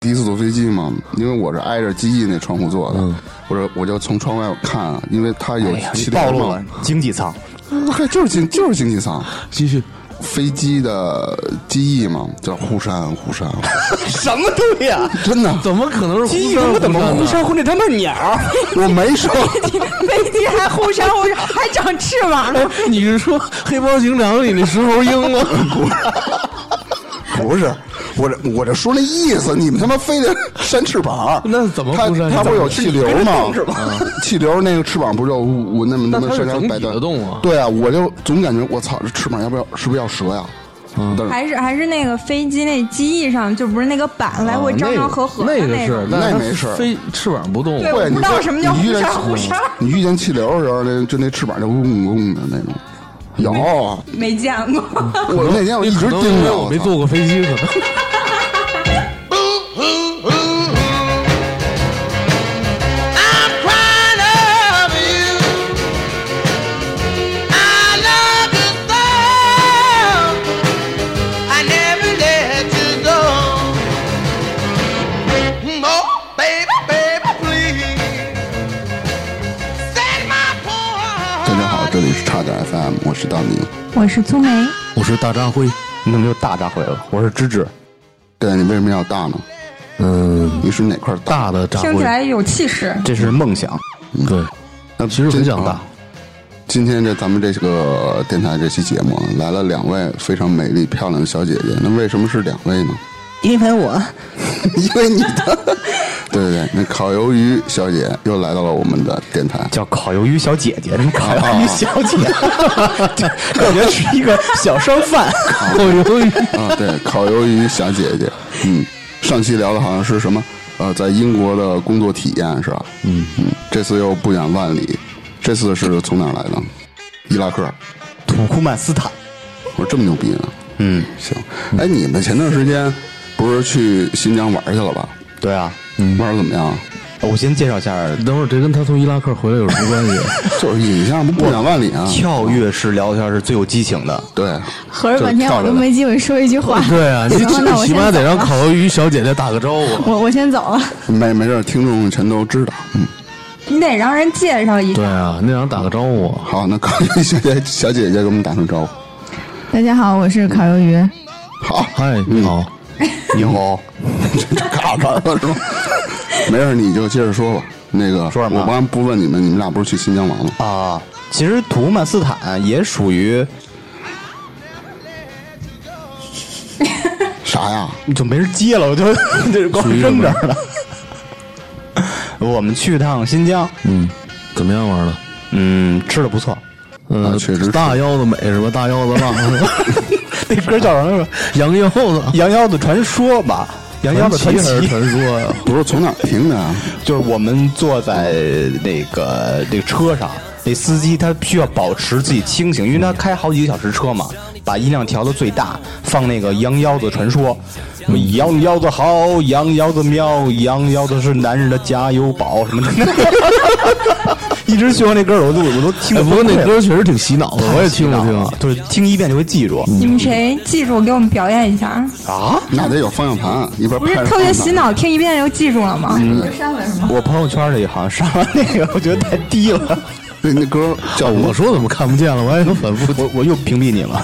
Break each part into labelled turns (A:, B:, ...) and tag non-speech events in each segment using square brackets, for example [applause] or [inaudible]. A: 第一次坐飞机嘛，因为我是挨着机翼那窗户坐的，
B: 嗯
A: 我说我就从窗外看，因为它有
C: 哎呀，你
A: 气
C: 暴
A: 帘
C: 露
A: 嘛
C: 了，经济舱，
A: 嗨，就是经就是经济舱，
B: 继续，
A: 飞机的机翼嘛，叫忽闪忽
B: [laughs]
A: 闪，
C: 什么东西 [laughs] 啊？
A: 真的，
B: 怎么可能是忽
C: 鸡
B: 上
C: 他妈
B: 忽
C: 怎么啊
B: 上
C: 忽
B: 呢
C: 闪忽那他妈鸟儿？ [laughs]
A: 我没说，
D: 飞机还忽闪忽闪，还长
C: [laughs]
D: 翅膀呢。
B: 哎你是说《黑猫警长》里那石猴鹰吗？
A: 不是，我这我这说那意思，你们他妈非得扇翅膀，
B: 那怎么
A: 它
B: 忽闪
A: 它不是有气流吗
C: 动是吧？
A: 气流那个翅膀不是有我那么
B: 那
A: 那
B: 它
A: 么
B: 是
A: 上下
B: 整
A: 摆
B: 体的动啊
A: 对啊，我就总感觉我操，这翅膀要不要是不是要折呀？
B: 嗯
A: 但是
D: 还是还是那个飞机那机翼上，就不是那个板来回张张合合的
B: 哦那个
D: 种。
B: 是，
A: 那
B: 但是它
A: 没事儿
B: 飞翅膀不动。
D: 对
A: 会，
D: 我不
A: 你
D: 知道
A: 说
D: 什么叫
A: 你遇见气
D: 忽闪忽闪
A: 你遇见气流的时候，那就那翅膀就嗡嗡的那种。
D: 嗯
A: 有，
D: 没见过。
B: 嗯
A: 我那天我一
B: 可
A: 直
B: 能
A: 盯
B: 因为
A: 着，
B: 我没
A: 操
B: 坐过飞机，可能。
E: I'm crying over you. I love you so. I never let you go. Oh, baby, baby, please. Set my
A: 大
E: poor
A: 家好，
E: heart
A: 这里是差点 FM，我是大明。
D: 我是粗梅，
B: 我是大张辉，
C: 你怎么又大张回了？我是芝芝，
A: 对你为什么要大呢？
B: 嗯，
A: 你是哪块大？
B: 大的张
D: 听起来有气势。
C: 这是梦想。
B: 对，
A: 那
B: 其实很
A: 真
B: 想大
A: 啊。今天这咱们这个电台这期节目啊来了两位非常美丽漂亮的小姐姐，那为什么是两位呢？
D: 因为我
A: [laughs] 因为你的， [laughs] 对对对，那烤鱿鱼小姐又来到了我们的电台。
C: 叫烤鱿鱼小姐姐，什么烤鱿鱼哎小姐，感觉是一个小商贩。
B: 烤鱿鱼，
A: 啊，对，烤鱿鱼小姐姐，嗯，上期聊的好像是什么，呃，在英国的工作体验是吧？嗯嗯，这次又不远万里，这次是从哪儿来的？伊拉克，
C: 土库曼斯坦，
A: 我说这么牛逼呢？
C: 嗯，
A: 行，哎，你们前段时间不是去新疆玩去了吧？
C: 对啊，嗯
A: 玩的怎么样？
C: 我先介绍一下，
B: 等会儿这跟他从伊拉克回来有什么关系？
A: 就是影像不不远万 [laughs] 里啊，
C: 跳跃式聊天是最有激情的。
A: 对，
F: 合着半天我都没机会说一句话。
B: [laughs] 对啊，你
F: 行了那我
B: 起码得
F: 先走
B: 让
F: 了
B: 烤鱿鱼小姐姐打个招呼。
F: 我我先走了。
A: 没没事儿，听众全都知道。嗯，
D: 你得让人介绍一下
B: 对。啊，那让打个招呼。
A: 好，那烤鱿鱼小姐小姐姐给我们打声招呼。
F: 大家好，我是烤鱿鱼。
A: 好，
B: 嗨，你好，
C: 嗯
A: 你好，这卡着了是 [laughs] 吧？没事儿，你就接着说吧。啊那个，
C: 说什么
A: 我刚才不问你们，你们俩不是去新疆玩了吗？
C: 啊，其实土库曼斯坦也属 [laughs] 于
A: 啥呀？
C: 就没人接了，我就 [laughs] 就光扔这儿了。 [laughs] 我们去趟新疆，
B: 嗯，怎么样玩的？
C: 嗯，吃的不错。
B: 嗯
A: 啊确实是
B: 大腰子美是吧？大腰 [laughs] 子辣，
C: [laughs] 那歌叫什么？
B: 羊腰 [laughs] 子，
C: 《羊腰子传说》 [laughs] 吧，《羊腰子
B: 传
C: 传
B: 奇还
C: 奇
B: 是》传说呀？
A: 不是从哪儿听的啊呀？
C: 就是我们坐在那个那个车上，那司机他需要保持自己清醒，因为他开好几个小时车嘛，把音量调到最大，放那个《羊腰子传说》，羊腰子好，羊腰子妙，羊腰子是男人的加油宝什么的， [laughs] 一直循环那歌儿，我都我都听
B: 哎，
C: 得
B: [laughs] 不过
C: 崩
B: 那
C: 溃了
B: 歌确实挺哎洗脑的，我也听了听。
C: [laughs] 就是听一遍就会记住
D: 你们谁记住给我们表演一下？
C: 啊。
A: 那得有方向盘，啊一边
D: 不是
A: 拍着
D: 特别
A: 方
D: 洗
A: 向盘。
D: 脑，听一遍就记住了吗？
B: 嗯
C: [laughs] 我朋友圈里好像上了那个，我觉得太低了，
A: 那那歌叫
B: 我
A: 哦我，
B: 说怎么看不见了？我还能反复
C: 我我又屏蔽你了。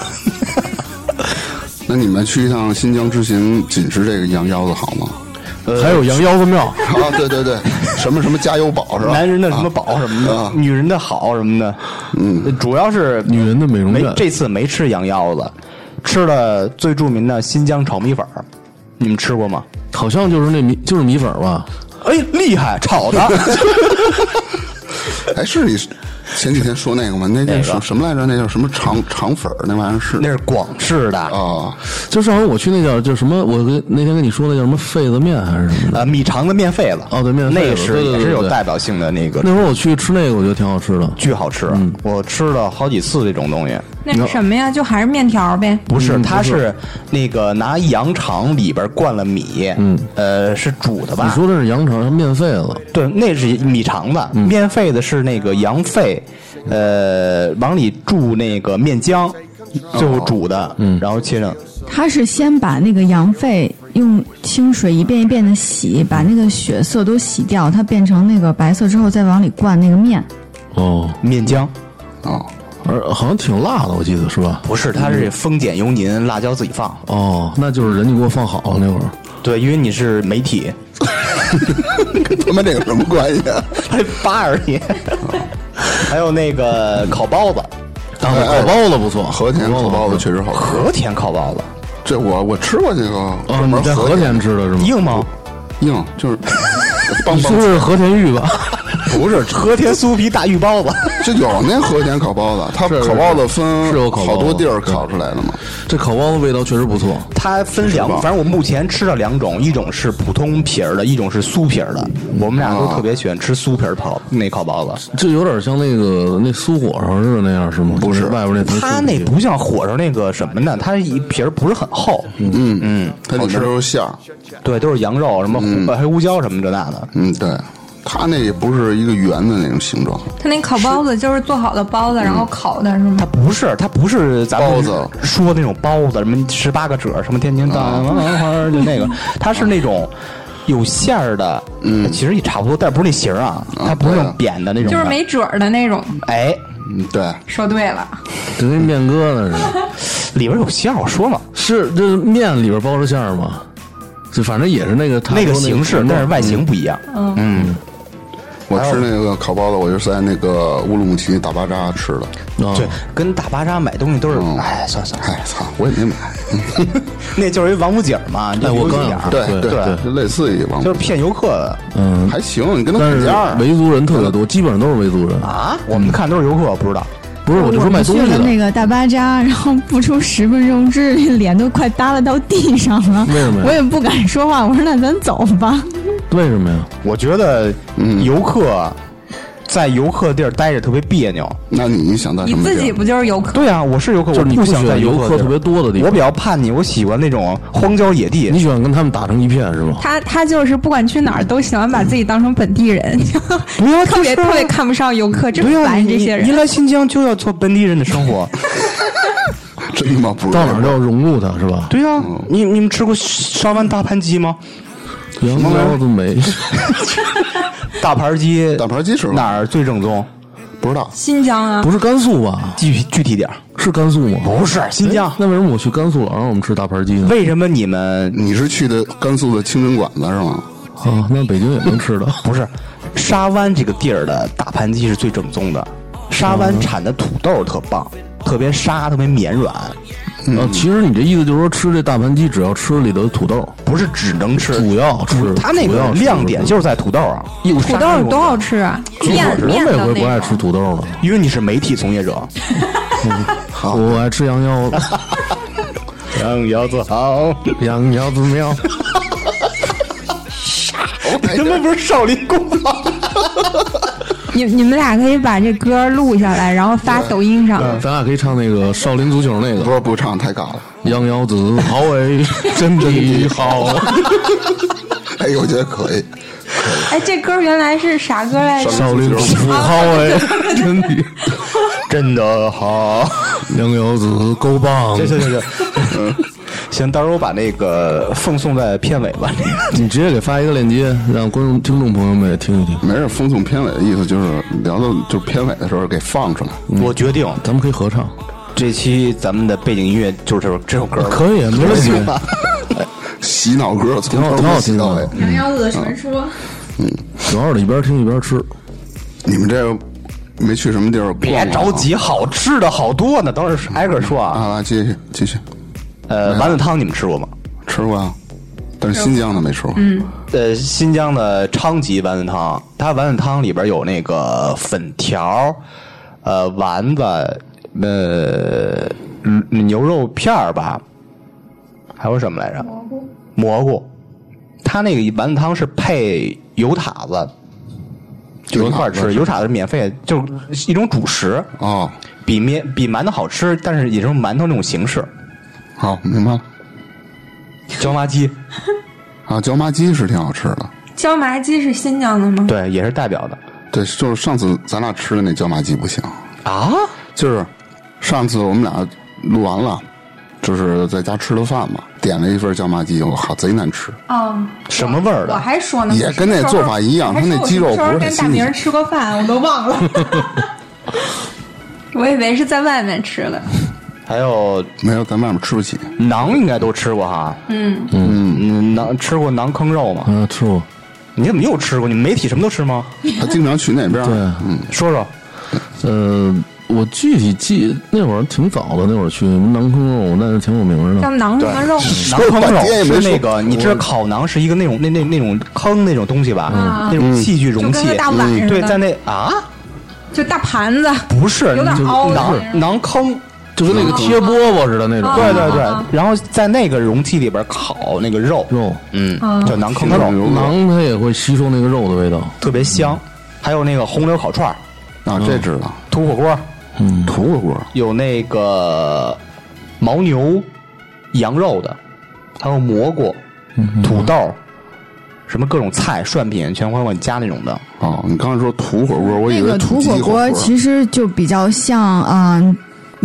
A: 那你们去一趟新疆之行，仅是这个羊腰子好吗？ [laughs]
B: 还有羊腰子庙，
A: 啊，对对对，什么什么加油宝是吧？
C: [laughs] 男人的什么宝什么的，
A: 啊
C: 女人的好什么的，嗯，主要是
B: 女人的美容
C: 没
B: 院
C: 这次没吃羊腰子，吃了最著名的新疆炒米粉儿，你们吃过吗？
B: 好像就是那米就是米粉儿吧？
C: 哎，厉害，炒的，
A: 哎，是你前几天说那个吗？那那
C: 个
A: 什什么来着？那叫什么肠肠粉儿那玩意儿是
C: [laughs] 那是广式的啊，
A: 啊？
B: 就上回我去那叫叫什么？我跟那天跟你说那叫什么痱子面还是什么的？
C: 呃，米肠的面肺子，
B: 哦对面肺子
C: 那个是
B: 对对
C: 也
B: 对
C: 是有
B: 对
C: 代表性的那个，
B: 那会儿我去吃那个，我觉得挺好吃的。
C: 巨好吃，我吃了好几次这种东西。
D: 那是什么呀？就还是面条
B: 嗯
D: 呗。
C: 嗯不是，它是那个拿羊肠里边灌了米，嗯，呃，是煮的吧？
B: 你说的是羊肠面痱子，
C: 对，那是米肠子，面肺的是那个羊肺，呃，往里注那个哦嗯面浆，最后煮的，然后切成。
F: 他是先把那个羊肺用清水一遍一遍的洗，把那个血色都洗掉，它变成那个白色之后，再往里灌那个面。
B: 哦，
C: 面浆
A: 啊，
B: 而好像挺辣的，我记得是吧？
C: 不是，它是风碱由您，辣椒自己放。
B: 哦，那就是人家给我放好了那会儿。
C: 对，因为你是媒体， [laughs]
A: 跟他妈这有什么关系啊？
C: 还八而已。哦还有那个烤包子，
B: 啊，烤包子不哦错，
A: [laughs] 和田
B: 烤
A: 烤包子
B: 不错
A: 确实好吃，哦
C: 和田烤包子
A: 这我我吃过这个，
B: 啊，
A: 专
B: 你
A: 门
B: 在和田吃的是吗？
C: 硬吗？
A: 硬就是棒
B: 你
A: 棒
B: 说，是和田玉 [laughs] 吧？
A: 不是
C: 和田酥皮大玉包子，
A: 这有那和田烤包子，它
B: 是
A: 烤包子分
B: 是有烤包子
A: 好多地儿烤出来的嘛。
B: 这烤包子味道确实不错。
C: 它分两，反正我目前吃了两种，一种是普通皮儿的，一种是酥皮儿的。我们俩都特别喜欢吃酥皮儿烤那烤包子。
B: 这有点像那个那酥火烧似的那样是吗？不是，外边那层酥皮
C: 它那不像火烧那个什么呢？它一皮儿不是很厚，嗯嗯，
A: 它里面都是馅儿，
C: 对，都是羊肉什么胡黑胡椒什么这那的。
A: 嗯，对，它那也不是一个圆的那种形状，
D: 他那烤包子就是做好的包子，然后烤的是吗
C: 它？不是，它不是咱
A: 包
C: 们
A: 子
C: 说那种包子，什么十八个褶，什么天津蛋黄花就那个，它是那种有馅儿的，嗯，其实也差不多，但不是那形儿啊，它不是那
A: 对
C: 种
A: 啊
C: 扁的那
B: 嗯
C: 种的，
D: 就是没褶儿的那种。
C: 哎，
A: 嗯，对，
D: 说对了，
B: 就跟面疙瘩似的。
C: [laughs] 里边有馅儿，我说嘛，
B: 是这面里边包着馅儿吗？就反正也是那个差不多
C: 那个嗯形式，但是外形不一样。
A: 我吃那个烤包子，我就是在那个乌鲁木齐大巴扎吃的，
B: 啊
C: 对，跟大巴扎买东西都是，哎，算算，
A: 哎操，我也没买，嗯
C: 那就是一王府井嘛，就
B: 哎
C: 有
B: 我刚
C: 一点
B: 想
C: 儿，
B: 说
A: 对
B: 对
A: 对，就类似于王
C: 就是骗游客的
B: 嗯，
A: 还行，你跟他
B: 但
A: 砍
B: 是
A: 价儿，
B: 维族人特别多，基本上都是维族人。
C: 啊。我们看都是游客，不知道。
B: 不是，我就说卖
F: 们
B: 东西
F: 去了
B: 的，
F: 那个大巴扎，然后不出十分钟之内，脸都快耷拉到地上了。
B: 为什么呀
F: 我也不敢说话，我说那咱走吧。
B: 为什么呀？
C: 我觉得
A: 嗯
C: 游客在游客地儿待着特别别扭。
A: 那你想在
D: 你
A: 什么
D: 自
A: 地
D: 己
A: 儿？
D: 不就是游客？
C: 对啊，我是游客，
B: 就
C: 我
B: 是你
C: 想
B: 喜
C: 在
B: 欢游
C: 客地
B: 客特
C: 儿
B: 别多的地
C: 我
B: 方
C: 比，较叛逆，我喜欢那种荒郊野地
B: 你。喜欢跟他们打成一片是吗？
D: 他他就是不管去哪儿都喜欢把自己当成本地人，
C: 不要
D: 特别
C: 就是
D: 特别看不上游客，真
C: 对啊，
D: 烦
C: 你
D: 这些
C: 你
D: 人。
C: 来新疆就要做本地人的生 [laughs] 活。
A: 真他妈不是
B: 到哪儿都要融入他是吧？
C: 对啊，你你们吃过沙湾大盘鸡吗？
B: 羊羔子
C: [laughs]
B: 没，
C: 大盘鸡，
A: 大盘鸡吃过
C: 哪儿最正宗？
A: 不知道，
D: 新疆啊，
B: 不是甘肃吧？
C: 具具体点儿
B: 是甘肃吗？
C: 不是新疆
B: 哎那为什么我去甘肃老让我们吃大盘鸡呢？
C: 为什么你们
A: 你是去的甘肃的清真馆子是吗？
B: 啊，那北京也能吃的。
C: 不是沙湾这个地儿的大盘鸡是最正宗的？沙湾产的土豆特棒，特别沙，特别绵软，嗯
B: 啊，其实你这意思就是说，吃这大盘鸡只要吃里头的土豆，
C: 不是只能吃
B: 主要吃
C: 它嗯那
B: 主
C: 个
B: 要吃
C: 亮点就是在土豆啊上，有
D: 土豆多好吃啊，面
B: 我
D: 面
B: 每
D: 的
B: 回不爱
D: 那
B: 吃
D: 种。
B: 土豆了，
C: 因为你是媒体从业者。
B: 我爱吃羊腰子，
C: [laughs] 羊腰子好，
B: [laughs] 羊腰子喵。
C: [laughs] 他妈哎不是少林功吗？
D: 你你们俩可以把这歌录下来，然后发抖音上。
B: 嗯
A: 嗯
B: 咱俩可以唱那个少林足球那
A: 不
B: 个
A: 是不唱太尬了。
B: 羊腰子好
C: [laughs]
B: 哎，真的好。
C: 啊
A: 哎，我觉得可以，
D: 哎，这歌原来是啥歌啊来
B: [laughs]
D: 着？
B: 少林
C: [laughs]
B: 功夫好哎，真的
C: 真的好，
B: 羊腰子够棒
C: 行。行 [laughs] 行行，嗯行，到时候我把那个奉送在片尾吧。
B: 你直接给发一个链接，让观众听众朋友们也听一听。
A: 没事。封送片尾的意思就是聊到就是片尾的时候给放出来。
C: 我决定
B: 咱们可以合唱，
C: 这期咱们的背景音乐就是这首这首歌吧，
B: 可以啊没问题。
A: 洗脑歌从
B: 挺好
A: 头
B: 挺好
A: 洗到
B: 听的
A: 尾。
D: 羊腰子的传说。
B: 主要是一边听一边吃。
A: 你们这个没去什么地儿逛？
C: [laughs] 别着，急，好吃的好多呢。等会儿挨个说啊。
A: 啊，来继续继续，
C: 呃，丸子汤你们吃过吗？
A: 吃过啊，但是新疆的没吃过。嗯，
C: 呃，新疆的昌吉丸子汤，它丸子汤里边有那个粉条，呃，丸子，呃，嗯牛肉片儿吧，还有什么来着？蘑菇。蘑菇，它那个丸子汤是配油塔子，就一块儿吃。油塔子是免费，就是一种主食，
A: 哦，
C: 比面比馒头好吃，但是也就是馒头那种形 [laughs] 式，
A: 好，明白了。
C: 椒麻鸡，
A: 啊，椒麻鸡是挺好吃的。
D: 椒麻鸡是新疆的吗？
C: 对，也是代表的
A: 对，就是上次咱俩吃的那椒麻鸡不行，
C: 啊。
A: 就是上次我们俩录完了，就是在家吃的饭嘛，点了一份酱麻鸡，我靠，贼难吃。
D: 哦，
C: 什么味儿
D: 我
C: 的？
D: 还说呢，
A: 也跟那做法一样
D: 还说
A: 他那鸡肉
D: 我什么时候
A: 不是很
D: 跟大
A: 新
D: 明
A: 鲜
D: 吃过饭，啊我都
A: [laughs]
D: 忘了。我以为是在外面吃的，
C: 还有
A: 没有，在外面吃不起。
C: 馕应该都吃过哈，
D: 嗯，
C: 嗯，馕吃过馕坑肉吗？
B: 啊，吃过，
C: 你怎么又吃过？你们媒体什么都吃吗？
A: 他经常去那边儿，
B: 对，
A: 嗯，
C: 说说，
B: 呃，我具体记那会儿挺早的，那会儿去南空肉，那是挺有名
D: 叫
B: 的。
D: 馕什么肉？
C: 馕坑
A: 半天
C: 肉
A: 也
C: 是
A: 没
C: 那
A: 说
C: 个，你知道烤馕是一个那种那那那种坑那种东西吧？
A: 嗯
C: 那种器具容
D: 啊就跟
C: 器
D: 个大，碗似的，
C: 对，在那啊，
D: 就大盘子，
C: 不是，
D: 有点
C: 就是
D: 凹的那
C: 馕
D: 种
C: 馕坑。
B: 就跟那个贴饽饽似的那种，
D: 哦
C: 对对
D: 啊
C: 对，然后在那个容器里边烤那个肉，
B: 肉
C: 嗯，
D: 啊
C: 叫馕坑
A: 挺
C: 肉，
A: 牛
B: 馕它也会吸收那个肉的味道。
C: 特别香。还有那个红柳烤串儿、
A: 啊，这知道，
C: 土火锅，
B: 嗯，
A: 土火锅，
C: 有那个牦牛、羊肉的，还有蘑菇、土豆，什么各种菜、涮品全会往你加那种的。
A: 哦，你刚才说土火锅，我以
F: 那
A: 为
F: 个土
A: 鸡
F: 火
A: 火
F: 锅其实就比较像嗯、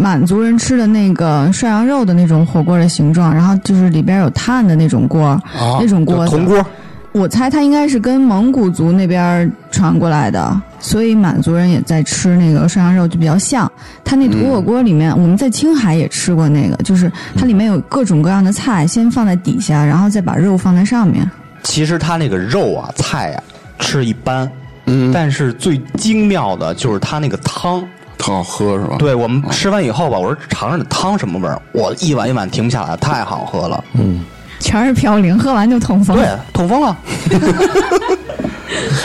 F: 满族人吃的那个涮羊肉的那种火锅的形状，然后就是里边有炭的那种锅，那种锅
C: 就
F: 子
C: 铜。锅，
F: 我猜它应该是跟蒙古族那边传过来的，所以满族人也在吃那个涮羊肉，就比较像。它那土
B: 嗯
F: 火锅里面，我们在青海也吃过那个，就是它里面有各种各样的菜，先放在底下，然后再把肉放在上面。
C: 其实它那个肉啊、菜啊吃一般，嗯，但是最精妙的就是它那个汤。
A: 特好喝是吧？
C: 对我们吃完以后吧，我说尝尝这汤什么味儿，我一碗一碗停不下来，太好喝了。
F: 全是嘌呤，喝完就痛风。
C: 对，痛风了。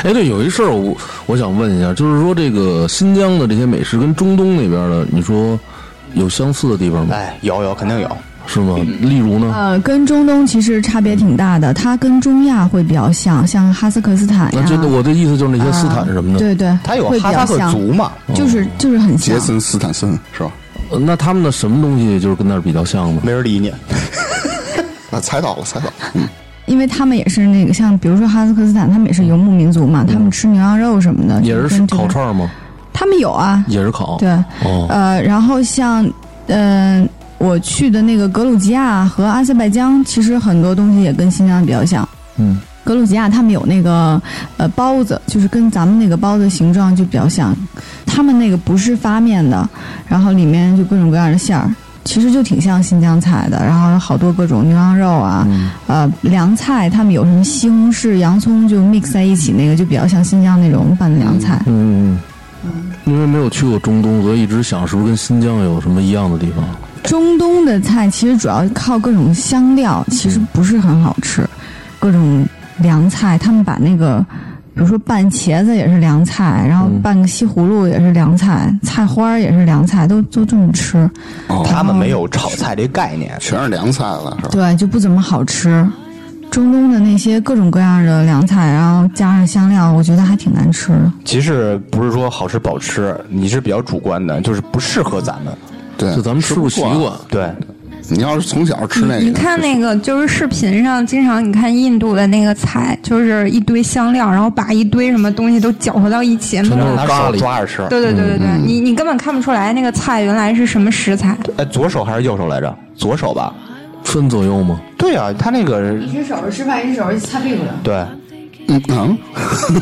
B: 哎，对，有一事儿我我想问一下，就是说这个新疆的这些美食跟中东那边的，你说有相似的地方吗？
C: 哎，有有肯定有。
B: 是吗？例如
D: 啊
B: 呢？
F: 呃，跟中东其实差别挺大的，它跟中亚会比较像，像哈萨克斯坦呀、
B: 那真的，我的意思
D: 啊
B: 就是那些斯坦什么的，
F: 对对，
C: 它有
F: 会比
C: 哈
F: 较
C: 萨克
F: 像，
C: 族嘛？
F: 就是就是很像
A: 杰。森斯坦森是吧？
B: 呃那他们的什么东西就是跟那儿比较像呢？
C: 没人理你。
A: 啊，猜到了，猜到了，
F: 因为他们也是那个，像比如说哈萨克斯坦，他们也是游牧民族嘛，他们吃牛羊肉什么的，
B: 嗯也
F: 就是跟这
B: 烤
F: 边，
B: 串儿吗？
F: 他们有啊，
B: 也是烤。
F: 对，
B: 哦，
F: 呃，然后像嗯、呃我去的那个格鲁吉亚和阿塞拜疆，其实很多东西也跟新疆比较像。
B: 嗯，
F: 格鲁吉亚他们有那个呃包子，就是跟咱们那个包子形状就比较像，他们那个不是发面的，然后里面就各种各样的馅儿，其实就挺像新疆菜的。然后有好多各种牛羊肉啊，
B: 嗯
F: 呃凉菜，他们有什么西红柿、洋葱就 mix 在一起，那个就比较像新疆那种拌的凉菜。
B: 嗯嗯嗯，因为没有去过中东，所以一直想是不是跟新疆有什么一样的地方？
F: 中东的菜其实主要靠各种香料，其实不是很好吃。各种凉菜，他们把那个，比如说拌茄子也是凉菜，然后拌个西葫芦也是凉菜，菜花儿也是凉菜，都都这么吃。
C: 他们没有炒菜这概念，
A: 全是凉菜了是吧？
F: 对，就不怎么好吃。中东的那些各种各样的凉菜，然后加上香料，我觉得还挺难吃的。
C: 其实不是说好吃不好吃，你是比较主观的，就是不适合咱们。
A: 对，
B: 就咱们呃吃不习
A: 惯
B: 惯。
C: 对，
A: 你要是从小吃那个，
D: 你看那个就是视频上经常你看印度的那个菜，就是一堆香料，然后把一堆什么东西都搅和到一起，
B: 全都是
C: 拿
B: 咖
C: 手
B: 喱
C: 抓着吃。
D: 对对对对对，
C: 嗯
D: 你你根本看不出来那个菜原来是什么食材。
C: 哎，左手还是右手来着？左手吧。
B: 分左右吗？
C: 对啊，他那个
F: 一只手是吃饭，一只手是擦屁股的。
C: 对
A: 嗯啊，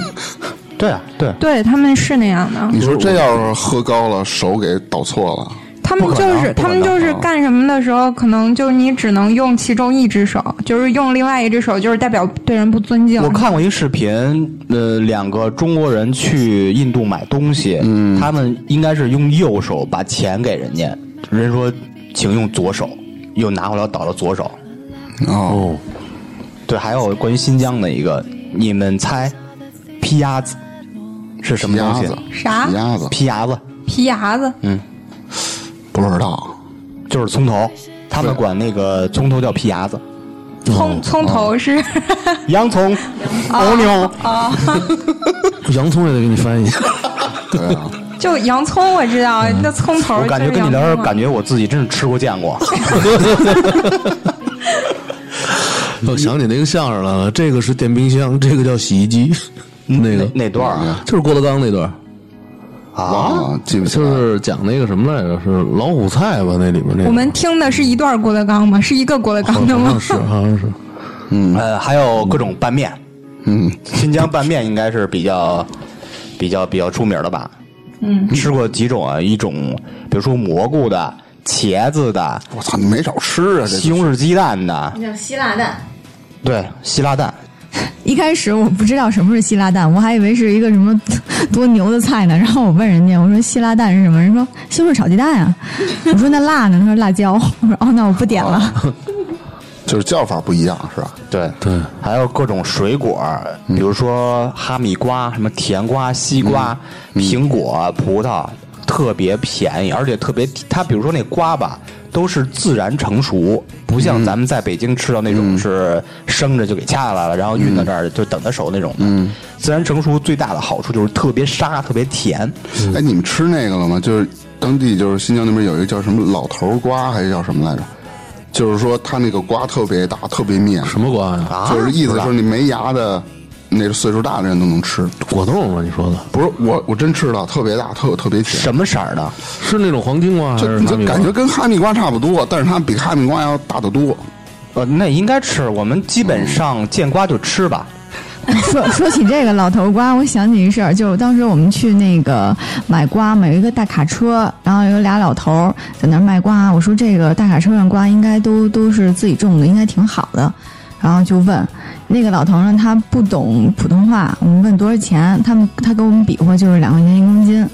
C: 对啊对，
D: 对他们是那样的，
C: 嗯
A: 你说这要是喝高了，手给倒错了，
D: 他们
C: 不可
D: 就
C: 能
D: 是
C: 不可
D: 他们
C: 能啊
D: 就是干什么的时候，可能就是你只能用其中一只手，就是用另外一只手，就是代表对人不尊敬。
C: 我看过一视频，呃，两个中国人去印度买东西，他们应该是用右手把钱给人家，人说请用左手，又拿过来倒到左手。
A: 哦，
B: 哦，
C: 对，还有关于新疆的一个，你们猜，皮鸭子是什么东
A: 鸭
C: 西
A: 子？
D: 啥
A: 鸭子
C: 皮嗯鸭子
D: 皮牙子，
A: 不知道，
C: 就是葱头，他们管那个葱头叫皮鸭子，哦
D: 葱葱头是 [laughs]
C: 洋葱、
D: 哦
C: 牦牛，
B: 洋葱也得给你翻译。
A: 对啊，
D: 就洋葱，我知道
C: 嗯
D: 那葱头
C: 我
D: 就是洋葱嘛。
C: 感觉跟你聊天，感觉我自己真是吃过见过。
B: [laughs] 我想起那个相声来了，这个是嗯电冰箱，这个叫洗衣机，那个
C: 哪段儿啊？
B: 就是郭德纲那段儿。
A: 忘了记不起
B: 就
A: 来了。
B: 是讲那个什么来着？是老虎菜吧？那里面那个
D: 我们听的是一段郭德纲吗？是一个郭德纲的
B: 嗯好
D: 吗
B: 像？是好像是
C: 呃，还有各种拌面，嗯，新疆拌面应该是比较比较比较出名的吧？嗯，吃过几种啊？一种比如说蘑菇的、茄子的、
A: 我操，你没少吃啊！这
C: 西红柿鸡蛋的，
F: 叫希腊蛋。
C: 对，希腊蛋。
F: 一开始我不知道什么是希腊蛋，我还以为是一个什么 [laughs] 多牛的菜呢。然 [laughs] 后我问人家，我说希腊蛋是什么？人说西红柿炒鸡蛋啊。我说那辣呢？他说辣椒。我说哦，那我不点了。
A: 就是叫法不一样，是吧？
C: 对对，还有各种水果，比如说哈密瓜、什么甜瓜、西瓜、苹果、葡萄，特别便宜，而且特别它，比如说那瓜吧，都是自然成熟，不像咱们在北京吃到那种是生着就给掐下来了，然后运到这儿就等它熟那种。嗯，自然成熟最大的好处就是特别沙，特别甜。
A: 哎，你们吃那个了吗？就是当地就是新疆那边有一个叫什么老头瓜，还是叫什么来着？就是说它那个瓜特别大，特别面，
B: 什么瓜呀？
C: 啊
A: 就是意
C: 不
A: 思
C: 知道
A: 就是你没牙的，那岁数大的人都能吃。
B: 果冻啊吗？你说的
A: 不是我，我真吃了，特别大，特特别甜。
C: 什么色儿的？
B: 是那种黄金瓜还
A: 就是你
B: 哈
A: 就
B: 密瓜
A: 感？觉跟哈密瓜差不多，但是它比哈密瓜要大得多。
C: 呃，那应该吃，我们基本上见瓜就吃吧。
F: 说说起这个老头瓜，我想起一事儿，就是当时我们去那个买瓜嘛，有一个大卡车，然后有俩老头儿在那儿卖瓜。我说这个大卡车上瓜应该都都是自己种的，应该挺好的。然后就问那个老头儿呢，他不懂普通话，我们问多少钱，他们他给我们比划就是两块钱一公斤。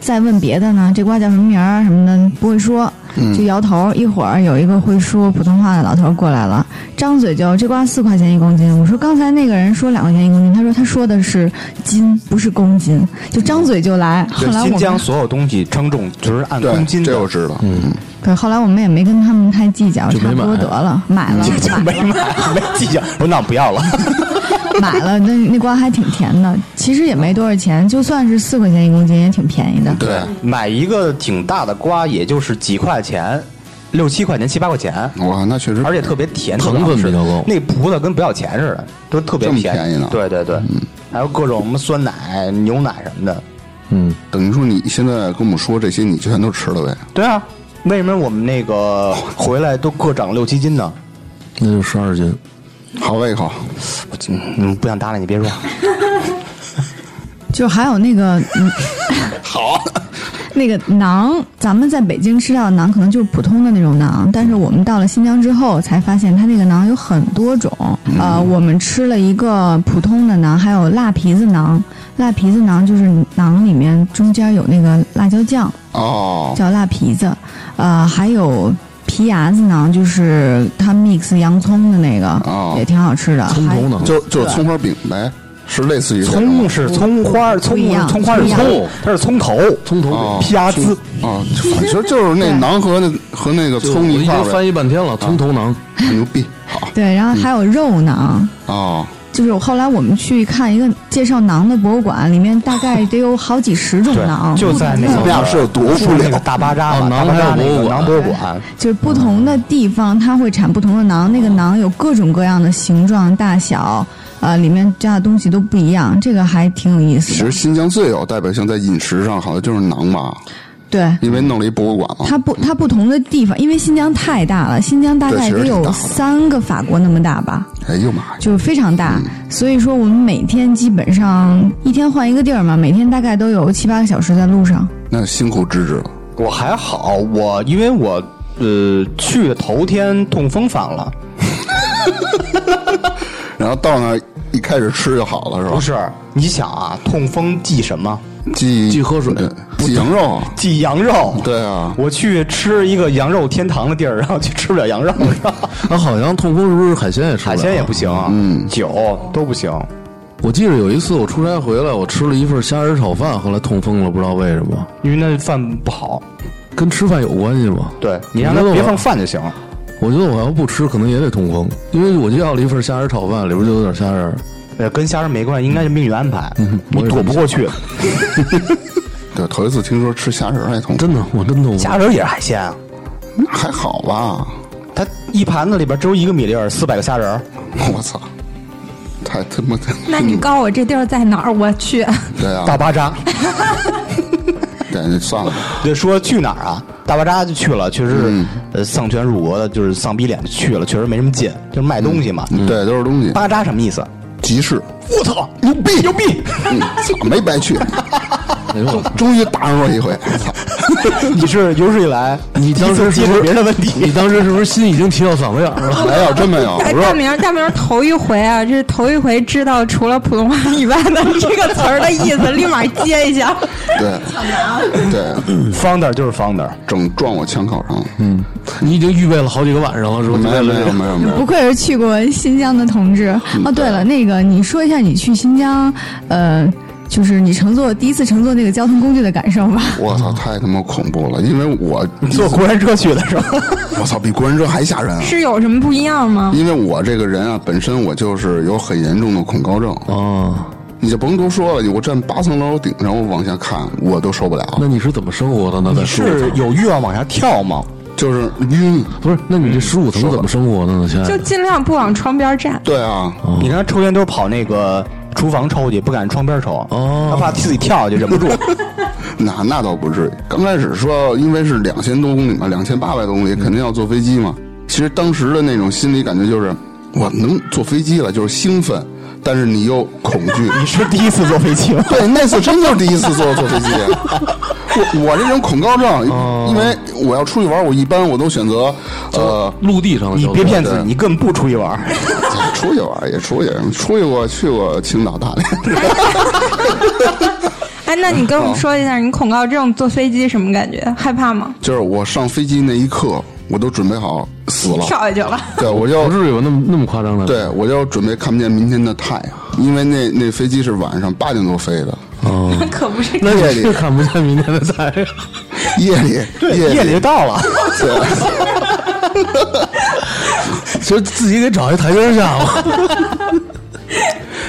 F: 再问别的呢，这瓜叫什么名儿什么的不会说，就摇头。一会儿有一个会说普通话的老头儿过来了，张嘴就这瓜四块钱一公斤。我说刚才那个人说两块钱一公斤，他说他说的是斤，不是公斤，就张嘴就来。后
C: 对，
F: 来
C: 新
F: 我
C: 疆
F: 们
C: 所有东西称重就是按
A: 对
C: 公，斤
A: 这
C: 的
A: 我。知道。嗯，
F: 对，后来我们也没跟他们太计较，
B: 就没
F: 差
B: 买
F: 不多得了，买了，
C: 就
F: [laughs]
C: 就没买，没计较。我说那不要了。
F: 买了，那那瓜还挺甜的，其实也没多少钱，就算是四块钱一公斤也挺便宜的。
A: 对，
C: 买一个挺大的瓜，也就是几块钱，六七块钱、七八块钱，
A: 哇，那确实，
C: 而且特别甜，
B: 成
C: 特别好吃
B: 分比较高
C: 那葡萄跟不要钱似的，都特别
A: 这么
C: 便嗯
A: 便宜呢
C: 对对对，还有各种什么酸奶、牛奶什么的。
B: 嗯，
A: 等于说你现在跟我们说这些，你全都吃了呗？
C: 对啊，为什么我们那 [laughs] 个回来都各长六七斤呢？
B: 那就十二斤。
A: 好胃口，
C: 我嗯，不想搭理你，别
F: [laughs]
C: 说。
F: 就还有那个，嗯，好，那个馕，咱们在北京吃到的馕可能就是普通的那种馕，但是我们到了新疆之后才发现，它那个馕有很多种。呃，我们吃了一个普通的馕，还有辣皮子馕。辣皮子馕就是馕里面中间有那个辣椒酱，
A: 哦，
F: 叫辣皮子，呃，还有皮牙子馕，就是它 mix 洋葱的那个，
A: 哦
F: 也挺好吃的。
B: 葱
F: 还
B: 头呢？
A: 就就是葱花饼呗，是类似于这种
C: 葱是葱花，
F: 不一
C: 葱
F: 样
C: 葱花是
F: 不一样
C: 葱，它是葱头，嗯
B: 葱头
A: 哦
B: 饼。
C: 皮牙子。
A: 哦，反正就是那馕和那和那个
B: 就
A: 葱
B: 我
A: 一
B: 已
A: 块儿
B: 经
A: 呗
B: 翻译半天了，葱头馕。
A: 牛逼，好
F: 对，然后还有肉馕。
A: 哦，
F: 就是我后来我们去看一个介绍馕的博物馆，里面大概得有好几十种馕，
C: 就
F: 啊不
C: 在
F: 同
C: 那
F: 的
C: 个
A: 那是有多
C: 住
A: 无聊
C: 那个大巴扎
B: 哦
C: 嘛，大
B: 囊
C: 巴
B: 还有
C: 扎那
B: 博物
C: 个
B: 馆
C: 囊博物馆，
F: 就是不同的地方，它会产不同的馕，那个馕有各种各样的形状、大小，呃，里面加的东西都不一样，这个还挺有意
A: 其
F: 思
A: 实
F: 的。
A: 新疆最有代表性在饮食上，好像就是馕吧，
F: 对，
A: 因为弄了一博物馆嘛。
F: 它不它不同的地方，因为新疆太大了，新疆大
A: 对
F: 概
A: 其实
F: 得
A: 挺大
F: 有
A: 的
F: 三个法国那么大吧。
A: 哎呦妈呀，
F: 就是非常大，
A: 嗯
F: 所以说我们每天基本上一天换一个地儿嘛，每天大概都有七八个小时在路上。
A: 那辛苦芝芝了，
C: 我还好，我因为我呃去的头天痛风犯了，
A: 然后到那儿一开始吃就好了是吧？
C: 不是？你想啊，痛风忌什么？
A: 忌
B: 忌喝水
A: 对忌羊肉啊，
C: 忌羊肉。
A: 对啊，
C: 我去吃一个羊肉天堂的地儿，然后去吃不了羊肉，是吧
B: 啊，好像痛风是不是海鲜也吃不
C: 海
B: 了啊
C: 鲜也不行，嗯，酒都不行。
B: 我记得有一次我出差回来，我吃了一份虾仁炒饭，后来痛风了，不知道为什么，
C: 因为那饭不好，
B: 跟吃饭有关系吗？
C: 对你让他
B: 我觉得我
C: 别放饭就行了。
B: 我觉得我要不吃，可能也得痛风，因为我就要了一份虾仁炒饭，里边就有点虾仁儿。
C: 呃，跟虾仁没关系，应该是命运安排，
B: 我
C: 你
B: 也
C: 躲不过去。
A: 对，头一次听说吃虾仁儿还痛，
B: 真的，我真痛风。
C: 虾仁也是海鲜啊，
A: 那还好吧？
C: 它一盘子里边只有一个米粒儿，四百个虾仁儿。
A: 我操，太他妈的！ [laughs]
C: 啊 [laughs]
D: 那你告诉我这地儿在哪儿？我去，
A: 对啊，
C: 大巴扎，
A: 对，算了吧。
C: 这说去哪儿啊？大巴扎就去了，确实是、呃丧权辱国的，就是丧逼脸的去了，确实没什么劲，就是卖东西嘛。
A: 对，都是东西，
C: 巴扎什么意思？
A: 集市，
C: 我操，牛逼牛逼！
A: 嗯，操没白去，
B: 哎呦，
A: 终于打上我一回，操！
C: [laughs] 你是有史以来 [laughs] 你第一
B: 当时
C: 次
B: 是
C: 接
B: 不
C: 触
B: 是
C: 别人的问题
B: 你，当时是不是心已经提到嗓子眼儿 [laughs] 了？
A: 没有，真没有，我
D: 大
A: 说
D: 哎大明，大明头一回啊，这是头一回知道除了普通话以外的这个词儿的意思，立马接一下。
A: 对，啊对，
C: founder 就是 founder，
A: 整撞我枪口上了，
B: 你已经预备了好几个晚上了，是吧？
A: 没有没有没有没
F: 不
A: 有，
F: 愧是去过新疆的同志。
A: 嗯
F: 哦，对了，那个你说一下你去新疆，呃，就是你乘坐第一次乘坐那个交通工具的感受吧。
A: 我操，太他妈恐怖了，因为我
C: 你坐过山车去的是吧？
A: [laughs] 我操，比国人车还吓人啊！
D: 是有什么不一样
A: [laughs]
D: 吗？
A: 因为我这个人啊，本身我就是有很严重的恐高症，
B: 啊，
A: 你就甭多说了，我站八层楼顶上，我往下看，我都受不了，
B: 那你是怎么生活的呢？在
C: 你
B: 15
C: 是
B: 层
C: 有欲望往下跳吗？
A: 就是晕。
B: 不是？那你这十五层怎么生活的呢？亲爱
D: 就
B: 的，
D: 尽量不往窗边站。
A: 对啊，
C: 哦你看抽烟都是跑那个厨房抽去，不敢窗边抽，
B: 哦
C: 他怕自己跳下去忍 [laughs] 不住。
A: 那那倒不至于。刚开始说，因为是两千多公里嘛，两千八百多公里，肯定要坐飞机嘛。其实当时的那种心理感觉就是，我能坐飞机了，就是兴奋，但是你又恐惧。
C: 你是第一次坐飞机吗？
A: 对，那次真就是第一次坐坐飞机。 [laughs] 我我这人恐高症，因为我要出去玩，我一般我都选择呃
B: 陆地上的
C: 你
B: 交通
C: 别骗自己，你根本不出去玩儿。
A: 出去玩也出去，出去过去过青岛、大连。 [laughs]
D: 哎，那你跟我们说一下，你恐高症坐飞机什么感觉？害怕吗？
A: 就是我上飞机那一刻，我都准备好死了。
D: 跳下去了。
A: 对，我
B: [laughs]
A: 就
B: 不至于吧？那么那么夸张的？
A: 对，我就准备看不见明天的太阳，因为那那飞机是晚上八点多飞
C: [laughs]
A: 的，
D: 那 [laughs] 可不是，
B: 那
A: 夜
B: 也
A: 里
B: 是看不见明天的太阳。
A: 夜里夜
C: [laughs] 夜里就到了，
B: 就自己给找一台阶下吧。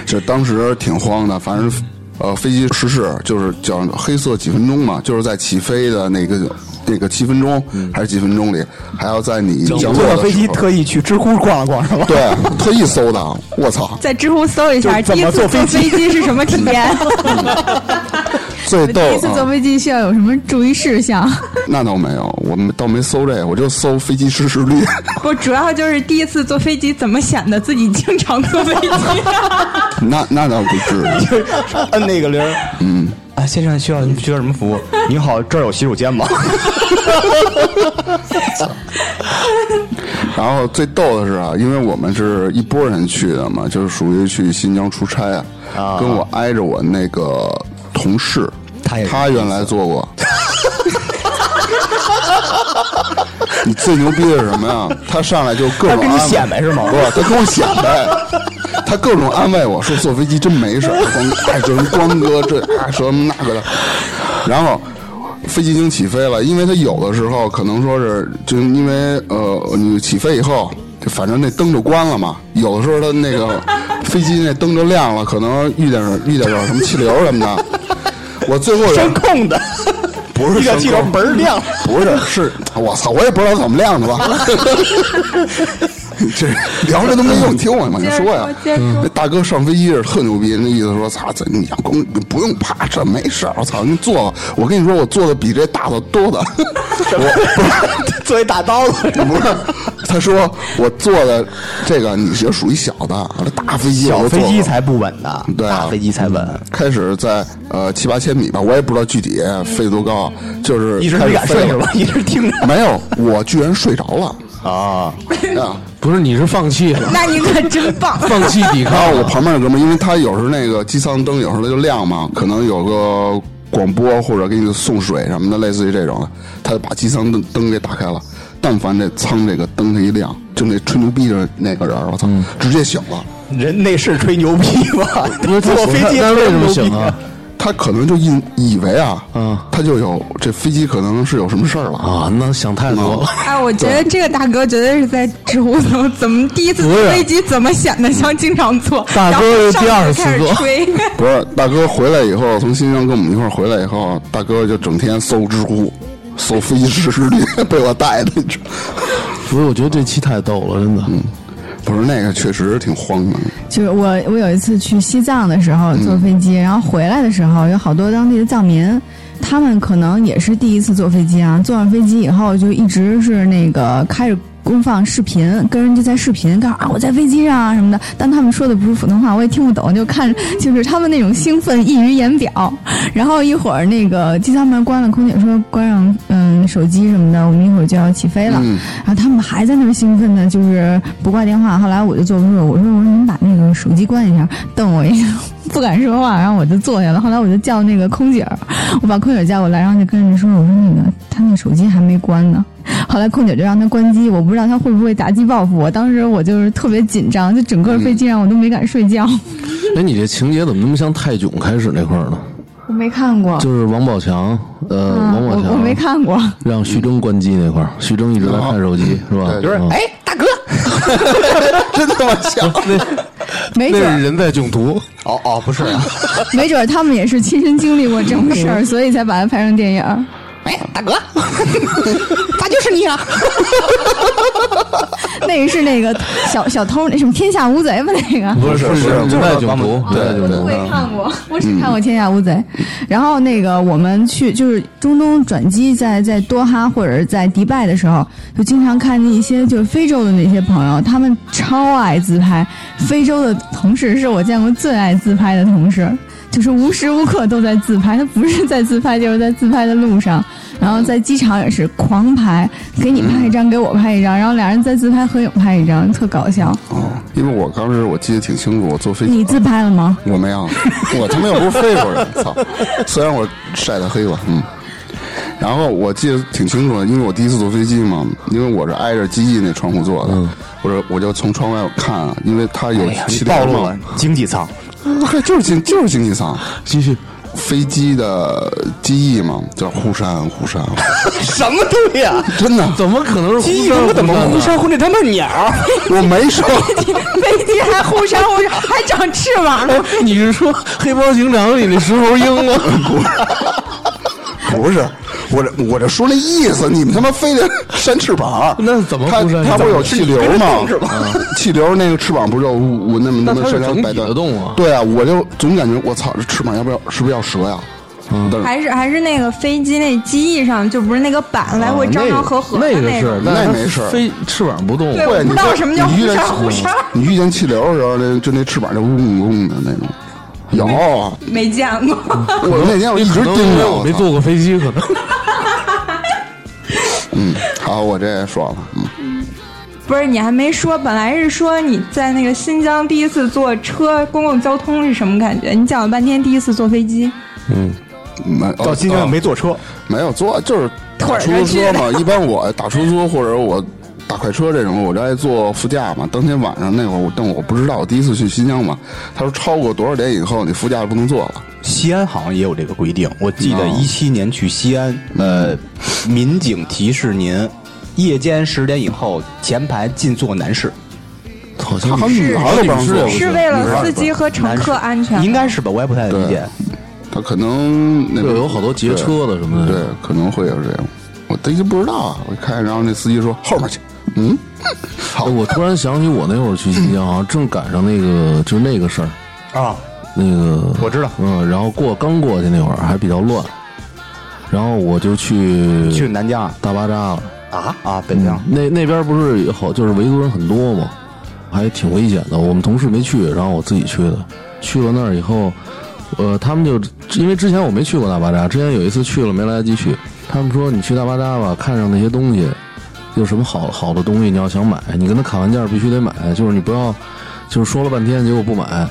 A: 就当时挺慌的，反正。呃，飞机失事就是叫黑色几分钟嘛，就是在起飞的那个那个七分钟还是几分钟里，还要在你降
C: 坐
A: 落
C: 了
A: 的
C: 嗯飞机
A: 时候
C: 特意去知乎逛了逛 [laughs] 是吧？
A: 对特意搜的，我操，
D: 在知乎搜一下，
C: 就是
D: 第一
C: 怎么
D: 次
C: 坐
D: 坐
C: 飞机
D: 飞机是什么体验？
A: 最逗
F: 第一次坐
A: 啊！
F: 飞机需要有什么注意事项？
A: 那倒没有，我们倒没搜这个，我就搜飞机失事率。
D: 我主要就是第一次坐飞机，怎么显得自己经常坐飞
B: [laughs]
D: 机？
A: 那那倒不至于，
C: 摁那个铃，嗯，啊，先生需要需要什么服务？您好，这儿有洗手间 [laughs] 吗？
A: 然后最逗的是啊，因为我们是一波人去的嘛，就是属于去新疆出差啊，
C: 啊
A: 跟我挨着我那个同事，
C: 他也是
A: 他原来做
C: [laughs]
A: 过。你最牛逼的是什么呀？他上来就各种
C: 他跟你
A: 安慰
C: 显摆是吗
A: 不，他跟我显摆，他各种安慰我说坐飞机真没事儿，光哎就是光哥这啊什么那个的，然后。飞机已经起飞了，因为他有的时候可能说是，就因为呃，你起飞以后，就反正那灯就关了嘛。有的时候他那个飞机那灯就亮了，可能遇点遇点点什么气流什么的。我最后
C: 声控的，
A: 不是
C: 一个气球
A: 声控
C: 嘣儿亮。
A: 不
C: [laughs]
A: 是，是我操，我也不知道怎么亮的吧。这聊这都没用，你听我嘛，你说呀
D: 接着说接着。说
A: 那大哥上飞机是特牛逼，那意思说，操，这你光不用怕，这没事儿。我操，你坐，我跟你说，我坐的比这大的多的。我
C: 作为大刀子，
A: 不是，不是，他说我坐的这个你是属于小的，这大飞机我
C: 小
A: 都坐
C: 飞
A: 过
C: 机才不稳呢，
A: 对啊
C: 大飞机才稳。
A: 开始在呃七八千米吧，我也不知道具体飞多高，就是
C: 一直
A: 开
C: 没
A: 始
C: 敢
A: 飞
C: 睡
A: 了
C: 是吧？？一直听着
A: [laughs] 没有，我居然睡着了
C: 啊，
A: 啊！
B: 不是，你是放弃了，
D: 那你可真棒！
B: 放弃抵
A: 然
B: 抗
A: 后我旁边的哥们儿，因为他有时候那个机舱灯有时候它就亮嘛，可能有个广播或者给你送水什么的，类似于这种，他就把机舱灯灯给打开了。但凡这舱这个灯它一亮，就那吹牛逼的那个人儿，我操，直接醒了。
C: 人那是吹牛逼 [laughs] 吧？
B: 是
C: 坐飞机
B: 那那为什
C: 吹牛
B: 么行
C: 逼
B: 啊？
A: 他可能就以以为啊，
B: 嗯
A: 他就有这飞机可能是有什么事儿了
B: 啊，那想太多了。
D: [laughs] 哎，我觉得这个大哥绝对是在知乎中怎么第一次坐飞机怎么显得像经常坐，
B: 大
D: 然后
B: 哥
D: 上
B: 第二
D: 来
B: 次
D: 就开始
B: 坐
D: 吹，
B: [laughs]
A: 不是，大哥回来以后，从新疆跟我们一块儿回来以后，大哥就整天搜知乎，搜飞机失事率， [laughs] 被我带的。你知道
B: 不是，我觉得这期太逗了，真的。
A: 不是那个确实挺荒唐的，
F: 就是我，我有一次去西藏的时候坐飞机，然后回来的时候有好多当地的藏民，他们可能也是第一次坐飞机啊，坐上飞机以后就一直是那个开着公放视频，跟人家在视频，告诉啊我在飞机上啊什么的，但他们说的不是普通话，我也听不懂，就看就是他们那种兴奋溢于言表。然后一会儿那个机舱门关了，空姐说关上嗯手机什么的，我们一会儿就要起飞了。
A: 嗯
F: 然后他们还在那儿兴奋呢，就是不挂电话。后来我就坐不住了，我说我说你把那个手机关一下，瞪我一下， [laughs] 不敢说话，然后我就坐下了。后来我就叫那个空姐儿，我把空姐儿叫过来，然后就跟人说，我说那个他那手机还没关呢。后来空姐就让他关机，我不知道他会不会打击报复我。当时我就是特别紧张，就整个飞机上我都没敢睡觉。
B: 哎，你这情节怎么那么像泰囧开始那块儿呢？
F: 我没看过，
B: 就是王宝强，呃，王宝
F: 嗯我
B: 强，
F: 我没看过。
B: 让徐峥关机那块儿，徐峥一直在看手机，是吧？
A: 对
B: 嗯
C: 哎，大哥，
A: 真他妈像！
F: 没
B: 那
F: 准
B: 是
F: 儿，
B: 人在囧途，
C: [laughs] 哦哦，不是啊，
F: [laughs] 没准儿他们也是亲身经历过这种事儿，所以才把它拍成电影儿。
C: 嗯哎，大哥， [laughs] 咋就是你啊？
F: [laughs] 那个是那个小小偷，那什么天下无贼吧？那个
B: 不是
A: 不是不是
B: 人在囧途，
A: 对
B: 人在囧
A: 对
B: 途
A: 对。
F: 没看过，我只看过《天下无贼》然后那个我们去就是中东转机在，在多哈或者是在迪拜的时候，就经常看见一些就是非洲的那些朋友，他们超爱自拍。非洲的同事是我见过最爱自拍的同事，就是无时无刻都在自拍，他不是在自拍就是在自拍的路上。然后在机场也是狂拍，给你拍一张，给我拍一张，然后俩人在自拍合影拍一张，特搞笑。
A: 哦，因为我当时我记得挺清楚，我坐飞
F: 你
A: 机，
F: 自拍了吗？
A: 我没有，我他妈又不是非洲
C: [laughs]
A: 人，操！虽然我晒的黑吧，嗯。然后我记得挺清楚的，因为我第一次坐飞机嘛，因为我是挨着机翼那窗户坐的，我说我就从窗外看啊，因为它有
C: 嗯哎呀，你
A: 气
C: 暴
A: 帘
C: 露
A: 嘛
C: 了，经济舱，
A: 啊就是经就是经济舱，
B: 继续，
A: 飞机的机翼嘛，叫忽闪忽闪，
C: 什么东西啊？
A: 真的，
B: 怎么可能是
C: 鸡
B: 忽
C: 他
B: 上
C: 妈怎么忽
B: 忽上呢
C: 闪忽那他妈鸟？
A: 我没说，
F: 飞机还忽闪忽闪，还长翅膀。
B: 你是说《黑猫警长》里那石猴鹰吗？
A: [laughs] 不是，我这我这说那意思，你们他妈非得扇翅膀，
B: 那怎么
A: 它
B: 不扇
A: 它不是有
B: 怎
A: 气流吗？啊气流那个翅膀不是就我那么那
B: 那它
A: 么
B: 是
A: 扇成
B: 整
A: 白
B: 体的动啊
A: 对啊，我就总感觉我操，这翅膀要不要是不是要折呀？嗯，但是
D: 还是还是那个飞机那机翼上，就不是那个板来回张张合合的
B: 啊那个
D: 那
B: 是
D: 种，。
A: 那
B: 但是
A: 没事
B: 它飞翅膀不动，
D: 对
A: 对，
D: 我不
A: 你
D: 知道
A: 在
D: 什么叫
A: 你遇见
D: 忽闪忽闪
A: 你遇见气流的时候，那就那翅膀就嗡嗡的那种。有啊，
D: 没见过，
B: 嗯
A: 我那天我一直
B: 可能因
A: 盯
B: 为
A: 着，
B: 我没
A: 操
B: 坐过飞机，可能。
A: 嗯，好，我这也说了，嗯，
D: [laughs] 不是你还没说，本来是说你在那个新疆第一次坐车公共交通是什么感觉？你讲了半天第一次坐飞机，
A: 没
C: 到新疆
A: 哦
C: 没坐车，
A: 没有坐，就是
D: 腿
A: 打
D: 儿
A: 出
D: 上
A: 租
D: 去
A: 车嘛。一般我打出租或者我打快车这种，我就爱坐副驾嘛。当天晚上那会儿，我但我不知道，我第一次去新疆嘛，他说超过多少点以后，你副驾不能坐了。
C: 西安好像也有这个规定。我记得
A: 哦
C: 一七年去西安，呃，民警提示您，夜间十点以后前排禁坐男士，
B: 好
A: 他
B: 像
A: 好像女孩都不让坐，
B: 是
A: 我记
D: 是
A: 得
D: 为
A: 女孩儿也
D: 了司
A: 不让
D: 机和乘客安全吗，
C: 应该是吧？我也不太理解。
A: 他可能那
B: 对，
A: 边
B: 有好多劫车的什么的。
A: 对，可能会有这样。我第一不知道啊，我看，然后那司机说后面去，嗯，好
B: 哎，我突然想起我那会儿去新疆，好像正赶上那个就是那个事儿，
C: 啊，
B: 那个
C: 我知道
B: 嗯，然后过刚过去那会儿还比较乱，然后我就去
C: 去南疆啊
B: 大巴扎了。
A: 嗯
C: 啊啊，北疆。
B: 那那边不是有好就是维族人很多嘛，还挺危险的。我们同事没去，然后我自己去的。去了那儿以后，呃，他们就因为之前我没去过大巴扎，之前有一次去了没来得及去，他们说你去大巴扎吧，看上那些东西，有什么好好的东西你要想买，你跟他砍完价必须得买，就是你不要就是说了半天结果不买，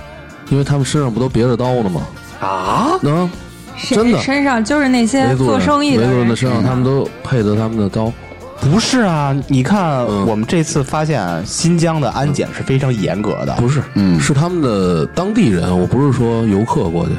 B: 因为他们身上不都别着刀呢吗？啊，能。
D: 谁
B: 真的
D: 身上就是那些
B: 维族
D: 做
B: 人
D: 生意
B: 维
D: 的
B: 族人的
D: 人，嗯
B: 身上，他们都配着他们的刀。
A: 嗯
C: 不是啊，你看
B: 嗯
C: 我们这次发现新疆的安检是非常严格的，
B: 不是，
A: 嗯
B: 是他们的当地人，我不是说游客过去。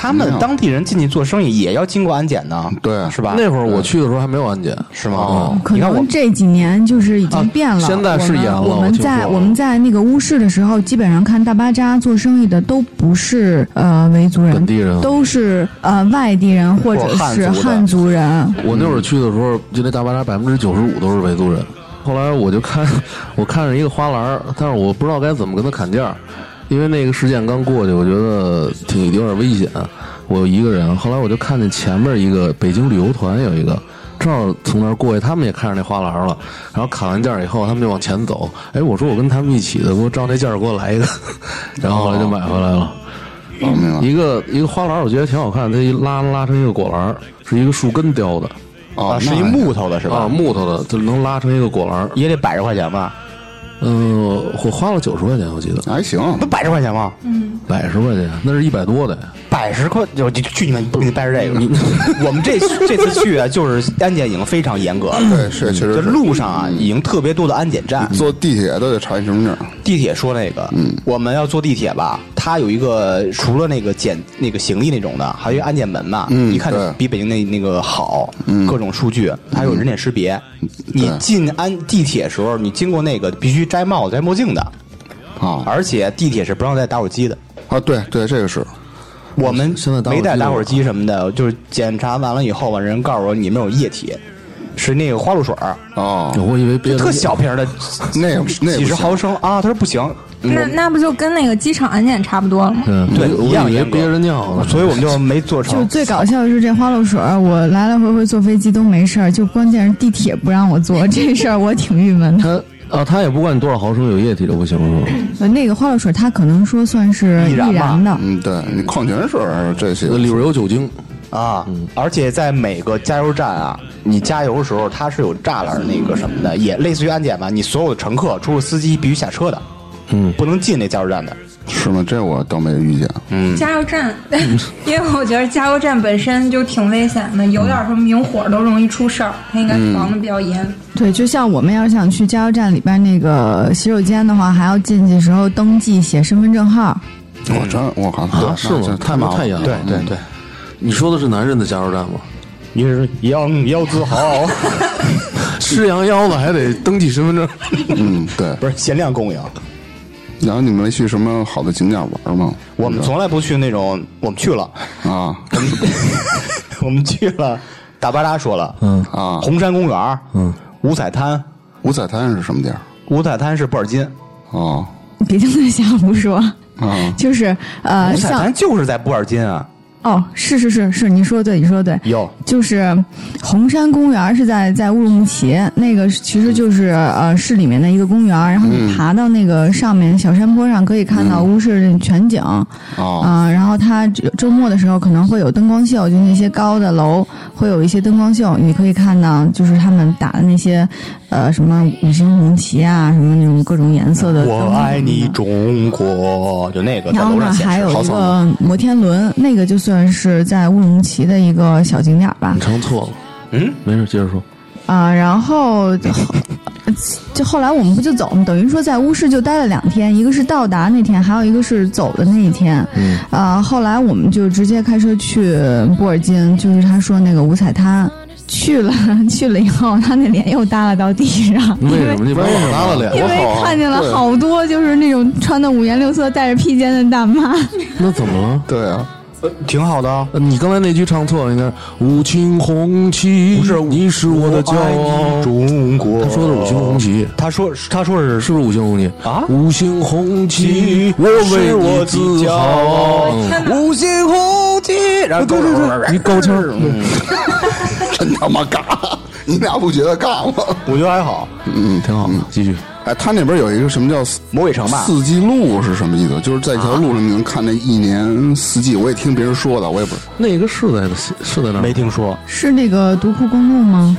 C: 他们当地人进去做生意也要经过安检呢，
A: 对
C: 是吧？
B: 那会儿我去的时候还没有安检，
C: 嗯是吗？
B: 哦
F: 可
C: 你看我
F: 能这几年就是已
B: 啊
F: 经变了。
B: 现在是严了
F: 我们我
B: 我
F: 们
B: 听
F: 在
B: 说
F: 我们在那个乌市的时候，基本上看大巴扎做生意的都不是呃维族
B: 本
F: 人，
B: 地人。
F: 都是呃外地人或者是
C: 或者
F: 汉
C: 汉
F: 族人。
B: 我那会儿去的时候，就那大巴扎百分之九十五都是维族 [laughs] 人。后来我就看，我看着一个花篮儿，但是我不知道该怎么跟他砍价儿。因为那个事件刚过去，我觉得挺有点危险，我一个人。后来我就看见前面一个北京旅游团有一个，正好从那儿过去，他们也看上那花篮了，然后砍完价以后，他们就往前走。哎，我说我跟他们一起的，给我照那价儿给我来一个， [laughs] 然后后来就买回来了。
A: 哦明白了
B: 一个一个花篮，我觉得挺好看，它一拉拉成一个果篮儿，是一个树根雕的
A: 哦
C: 啊，，是
A: 那哦
C: 一
A: 还
C: 木头的是吧？
B: 啊，木头的，就能拉成一个果篮儿。
C: 也得百十块钱吧？
B: 嗯、我花了九十块钱，我记得
A: 还行，
C: 不百十块钱吗？
B: 百十块钱，那是一百多的。
C: 百十块，就就去你们，你掰着
A: [laughs]
C: 这个。我们这这次去啊，就是安检已经非常严格了。
A: 对，嗯是确实
C: 这
A: 是
C: 路上啊，已经特别多的安检站。
A: 坐地铁都得查你身份证。
C: 地铁说那个，
A: 嗯
C: 我们要坐地铁吧，它有一个除了那个检那个行李那种的，还有一个安检门嘛，
A: 嗯
C: 一看就
A: 对嗯
C: 比北京那那个好，各种数据，还有人脸识别。你进安地铁时候，你经过那个必须摘帽子、摘墨镜的，
A: 啊
C: 而且地铁是不让带打火机的。
A: 啊，对对，这个是
C: 我们
B: 现在打火机
C: 没带打火机什么的，就是检查完了以后吧，人告诉我你们有液体，是那个花露水儿，
A: 哦，
B: 我以为别
C: 就
B: 的
C: 特小瓶儿的，
A: 那个那个
C: 几
A: 不
C: 十
A: 行
C: 毫升啊。他说不行，
D: 那那不就跟那个机场安检差不多了吗？
B: 嗯，
C: 对
B: 我
C: 一
B: 我
C: 样
B: 以为
C: 严格
B: 憋着尿呢，
C: 所以我们就没做
F: 就
C: 成。
F: 最搞笑的是这花露水儿，我来来回回坐飞机都没事儿，就关键是地铁不让我坐，这事儿我挺郁闷
B: [laughs]
F: 的。
B: 他啊，他也不管你多少毫升有液体就不行了，是吧？
F: 呃那个花露水它可能说算是
C: 易
F: 易
C: 燃吧
F: 燃的，
A: 嗯，对你矿泉水儿这些
B: 那里边有酒精，
C: 啊，而且在每个加油站啊，你加油的时候它是有栅栏那个什么的，也类似于安检吧。你所有的乘客，除了司机，必须下车的，
B: 嗯，
C: 不能进那加油站的。
A: 是吗？这我倒没遇见。
D: 加油站，因为我觉得加油站本身就挺危险的，有点什么明火都容易出事儿，它应该防的比较严。
F: 对，就像我们要是想去加油站里边那个洗手间的话，还要进去时候登记写身份证号。
A: 我真我靠，
B: 啊
A: 对
B: 是吗
A: 那这太麻
B: 太
A: 烦
B: 严
A: 了。
B: 了对对
A: 对，
B: 你说的是男人的加油站吗？
C: 你是要要自豪，
B: 吃羊腰子还得登记身份证，
A: 嗯对。
C: [laughs] 不是限量供应。
A: 然后你们没去什么好的景点玩吗？
C: 我们从来不去那种，我们去了，
A: 啊
C: [laughs] 我们去了，大巴扎说了，
B: 嗯
A: 啊，
C: 红山公园，
B: 嗯，
C: 五彩滩，
A: 五彩滩是什么地儿？
C: 五彩滩是布尔津，
A: 哦
F: [laughs] 别听他瞎胡说，
A: 啊，
F: 就是呃，
C: 五彩
F: 像
C: 滩就是在布尔津啊，
F: 哦，是是是是，你说的对，你说的对，
C: 有
F: 就是红山公园是在在乌鲁木齐，那个其实就是呃市里面的一个公园，然后
C: 嗯
F: 你爬到那个上面、小山坡上，可以看到乌市全景啊、
A: 哦
F: 然后它周周末的时候可能会有灯光秀，就那些高的楼会有一些灯光秀，你可以看到就是他们打的那些呃什么五星红旗啊，什么那种各种颜色的灯
C: 我爱你
F: 嗯
C: 中国，就那个在
F: 然后
C: 楼
F: 呢，
C: 上显
F: 还
C: 示，
F: 有
C: 好
F: 一
C: 爽啊。
F: 个摩天轮，那个就算是在乌鲁木齐的一个小景点儿吧
B: 你。唱错了，
C: 嗯，
B: 没事，接着说。
F: 啊、然后就后就后来我们不就走吗？等于说在乌市就待了两天，一个是到达那天，还有一个是走的那一天。
B: 嗯，
F: 啊，后来我们就直接开车去布尔津，就是他说那个五彩滩。去了去了以后，他那脸又耷拉到地上，因
B: 为什
F: 为
B: 么？你把我拉了
F: 因
B: 脸，
F: 为
A: 我好啊
F: 看见
A: 对
F: 了好多就是那种穿的五颜六色、戴着披肩的大妈。
B: 那怎么了？
A: 对啊，
C: 挺好的、啊。
B: 呃你刚才那句唱错了，应该是五星红旗，
C: 不是
B: 你是我的骄傲。
C: 中国。
B: 他说的是五星红，旗，
C: 他说他说是
B: 是不是五星红旗
C: 啊
B: 五星红旗，我为你自豪。
D: 哦
B: 嗯
C: 五星红旗，然后对对对，一高腔儿。
A: 真他妈尬！你俩不觉得尬吗？
C: 我觉得还好，
B: 嗯，挺好，继续。
A: 哎，他那边有一个什么叫四
C: 魔鬼城吧
A: 四季路是什么意思？就是在一条路上你能看那一年四季。我也听别人说的，我也不
B: 那个是在是在那儿
C: 没听说。
F: 是那个独库公路吗？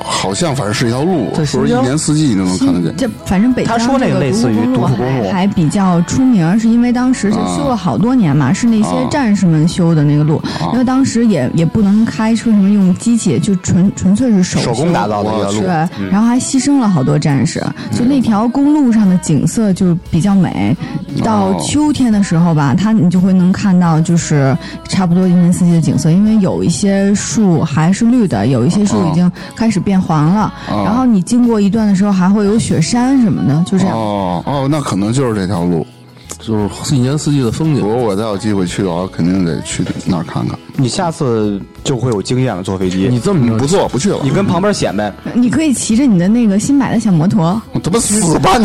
A: 好像，反正是一条路，
B: 在新
A: 说是一
B: 疆
A: 年四季你都能看得见。
F: 这反正北疆
C: 他说那
F: 这
C: 个
F: 个
C: 类似于
F: 独
C: 独库
F: 库
C: 公
F: 公
C: 路
F: 路还还比较出名，是因为当时是
A: 啊
F: 修了好多年嘛，是那些
A: 啊
F: 战士们修的那个路，因为当时也也不能开车什么用机器，就纯纯粹是
B: 哎
F: 手
C: 手工
F: 修
C: 打造的一条路
F: 对，然后还牺牲了好多战士，就那条公路上的景色就比较美。到秋天的时候吧，它你就会能看到就是差不多一年四季的景色，因为有一些树还是绿的，有一些树已经开始变黄了。然后
A: 哦
F: 你经过一段的时候，还会有雪山什么的，就这样。
A: 哦哦，那可能就是这条路。
B: 就是一年四季的风
A: 如
B: 景。
A: 果我再有机会去的话，我肯定得去那儿看看。
C: 你下次就会有经验了，坐飞机。
B: 你这么
A: 不
B: 着，
A: 做，不去了。
C: 你跟旁边显摆，
F: 你可以骑着你的那个新买的小摩托，
A: 我他妈死吧你！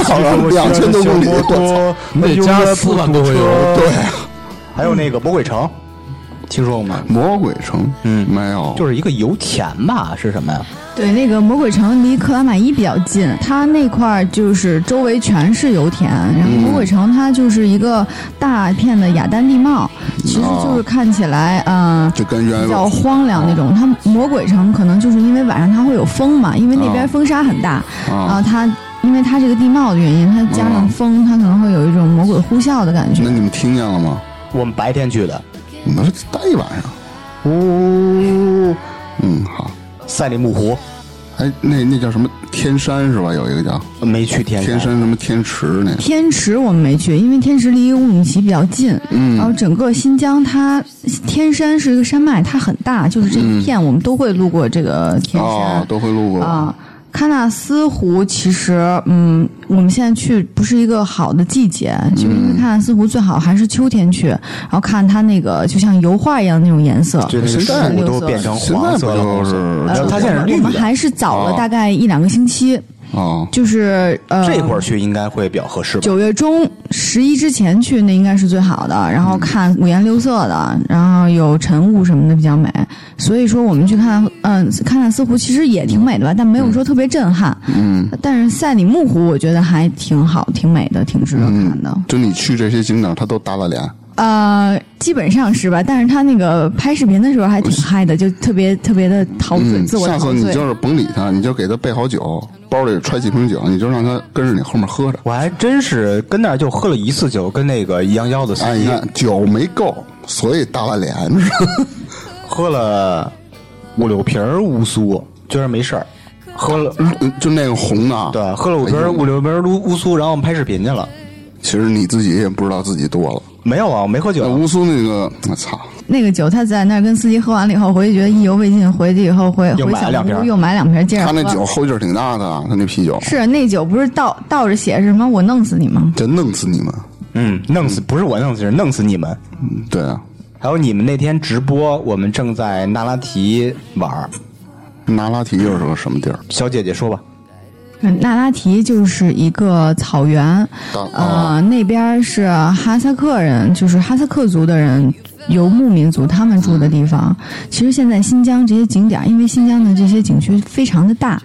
A: 两千多公里，
C: 摩
A: 我
C: 托，
B: 你得加四万多回油
A: 操！
C: 对，
A: 对，啊
C: 还有那个魔鬼城，
B: 嗯
C: 听说过吗？
A: 魔鬼城，
C: 嗯
A: 没有，
C: 就是一个油田吧，是什么呀？
F: 对，那个魔鬼城离克拉玛依比较近，它那块儿就是周围全是油田，然后魔鬼城它就是一个大片的雅丹地貌，其实就是看起来，嗯、
A: 就跟原来
F: 比较荒凉那种。它魔鬼城可能就是因为晚上它会有风嘛，因为那边风沙很大，然后
A: 啊。
F: 它因为它这个地貌的原因，它加上风，它可能会有一种魔鬼呼啸的感觉
A: 那。你们听见了吗？
C: 我们白天去的
A: 你们待一晚上。
C: 哦，
A: 嗯，好。
C: 赛里木湖，
A: 哎，那那叫什么天山是吧？有一个叫
C: 没去天
A: 天山什么天池那个。
F: 天池我们没去，因为天池离乌鲁木齐比较近。然后
A: 嗯，
F: 整个新疆它天山是一个山脉，它很大，就是这一片我们都会路过这个天
A: 哦
F: 山，
A: 都会路过。
F: 啊。喀纳斯湖其实，嗯，我们现在去不是一个好的季节，就是因为喀纳斯湖最好还是秋天去，然后看它那个就像油画一样那种颜色。呃
C: 就那个
A: 现
C: 树
A: 在
C: 木都变成
A: 现在
C: 黄
A: 不
C: 色了，
A: 就
C: 红色
A: 是
C: 然后它现在是
F: 我
C: 绿
F: 们
C: 的，
F: 还是早
A: 哦
F: 了大概一两个星期，
A: 哦，
F: 就是呃，
C: 这会儿去应该会比较合适吧？
F: 九月中、十一之前去，那应该是最好的。然
A: 嗯
F: 后看五颜六色的，然后有晨雾什么的比较美。所以说，我们去看，嗯、看看丝湖其实也挺美的吧，但没有说特别震撼。
A: 嗯，
F: 但是赛里木湖我觉得还挺好，挺美的，挺值得
A: 嗯
F: 看的。
A: 就你去这些景点，他都打了脸。
F: 呃，基本上是吧？但是他那个拍视频的时候还挺嗨的，就特别特别的陶醉，
A: 嗯，
F: 自我
A: 下
F: 陶
A: 次你
F: 醉。
A: 就是甭理他，你就给他备好酒，包里揣几瓶酒，你就让他跟着你后面喝着。
C: 我还真是跟那儿就喝了一次酒，跟那个杨幺的司
A: 哎，你
C: 机
A: 看酒没够，所以耷拉脸， [laughs] 你知道吗？
C: 喝了五六瓶儿乌苏，觉得没事儿，喝了
A: 嗯就那个红的。
C: 对，喝了五瓶
A: 哎
C: 儿
A: 呦
C: 五六瓶儿乌乌苏，然后我们拍视频去了。
A: 其实你自己也不知道自己多了。
C: 没有啊，我没喝
A: 那
C: 酒。
A: 乌苏那个，我操，
F: 那个酒他在那儿跟司机喝完了以后，回去觉得意犹未尽，回去以后回
C: 又
F: 回
C: 买了
F: 小
C: 两瓶
F: 屋又买两瓶，接着
A: 他
F: 哎喝。
A: 那酒后劲儿挺大的，他那啤酒
F: 是啊那酒不是倒倒着写是什么“我弄死你”吗？
A: 真弄死你们。
C: 嗯，弄死不是我弄死人，弄死你们。
A: 嗯，对啊，
C: 还有你们那天直播，我们正在那拉提玩儿。
A: 那拉提又是个什么地儿？
C: 小姐姐说吧，
F: 嗯那拉提就是一个草原，
A: 大
F: 呃，那边是哈萨克人，就是哈萨克族的人。游牧民族他们住的地方，其实现在新疆这些景点，因为新疆的这些景区非常的大，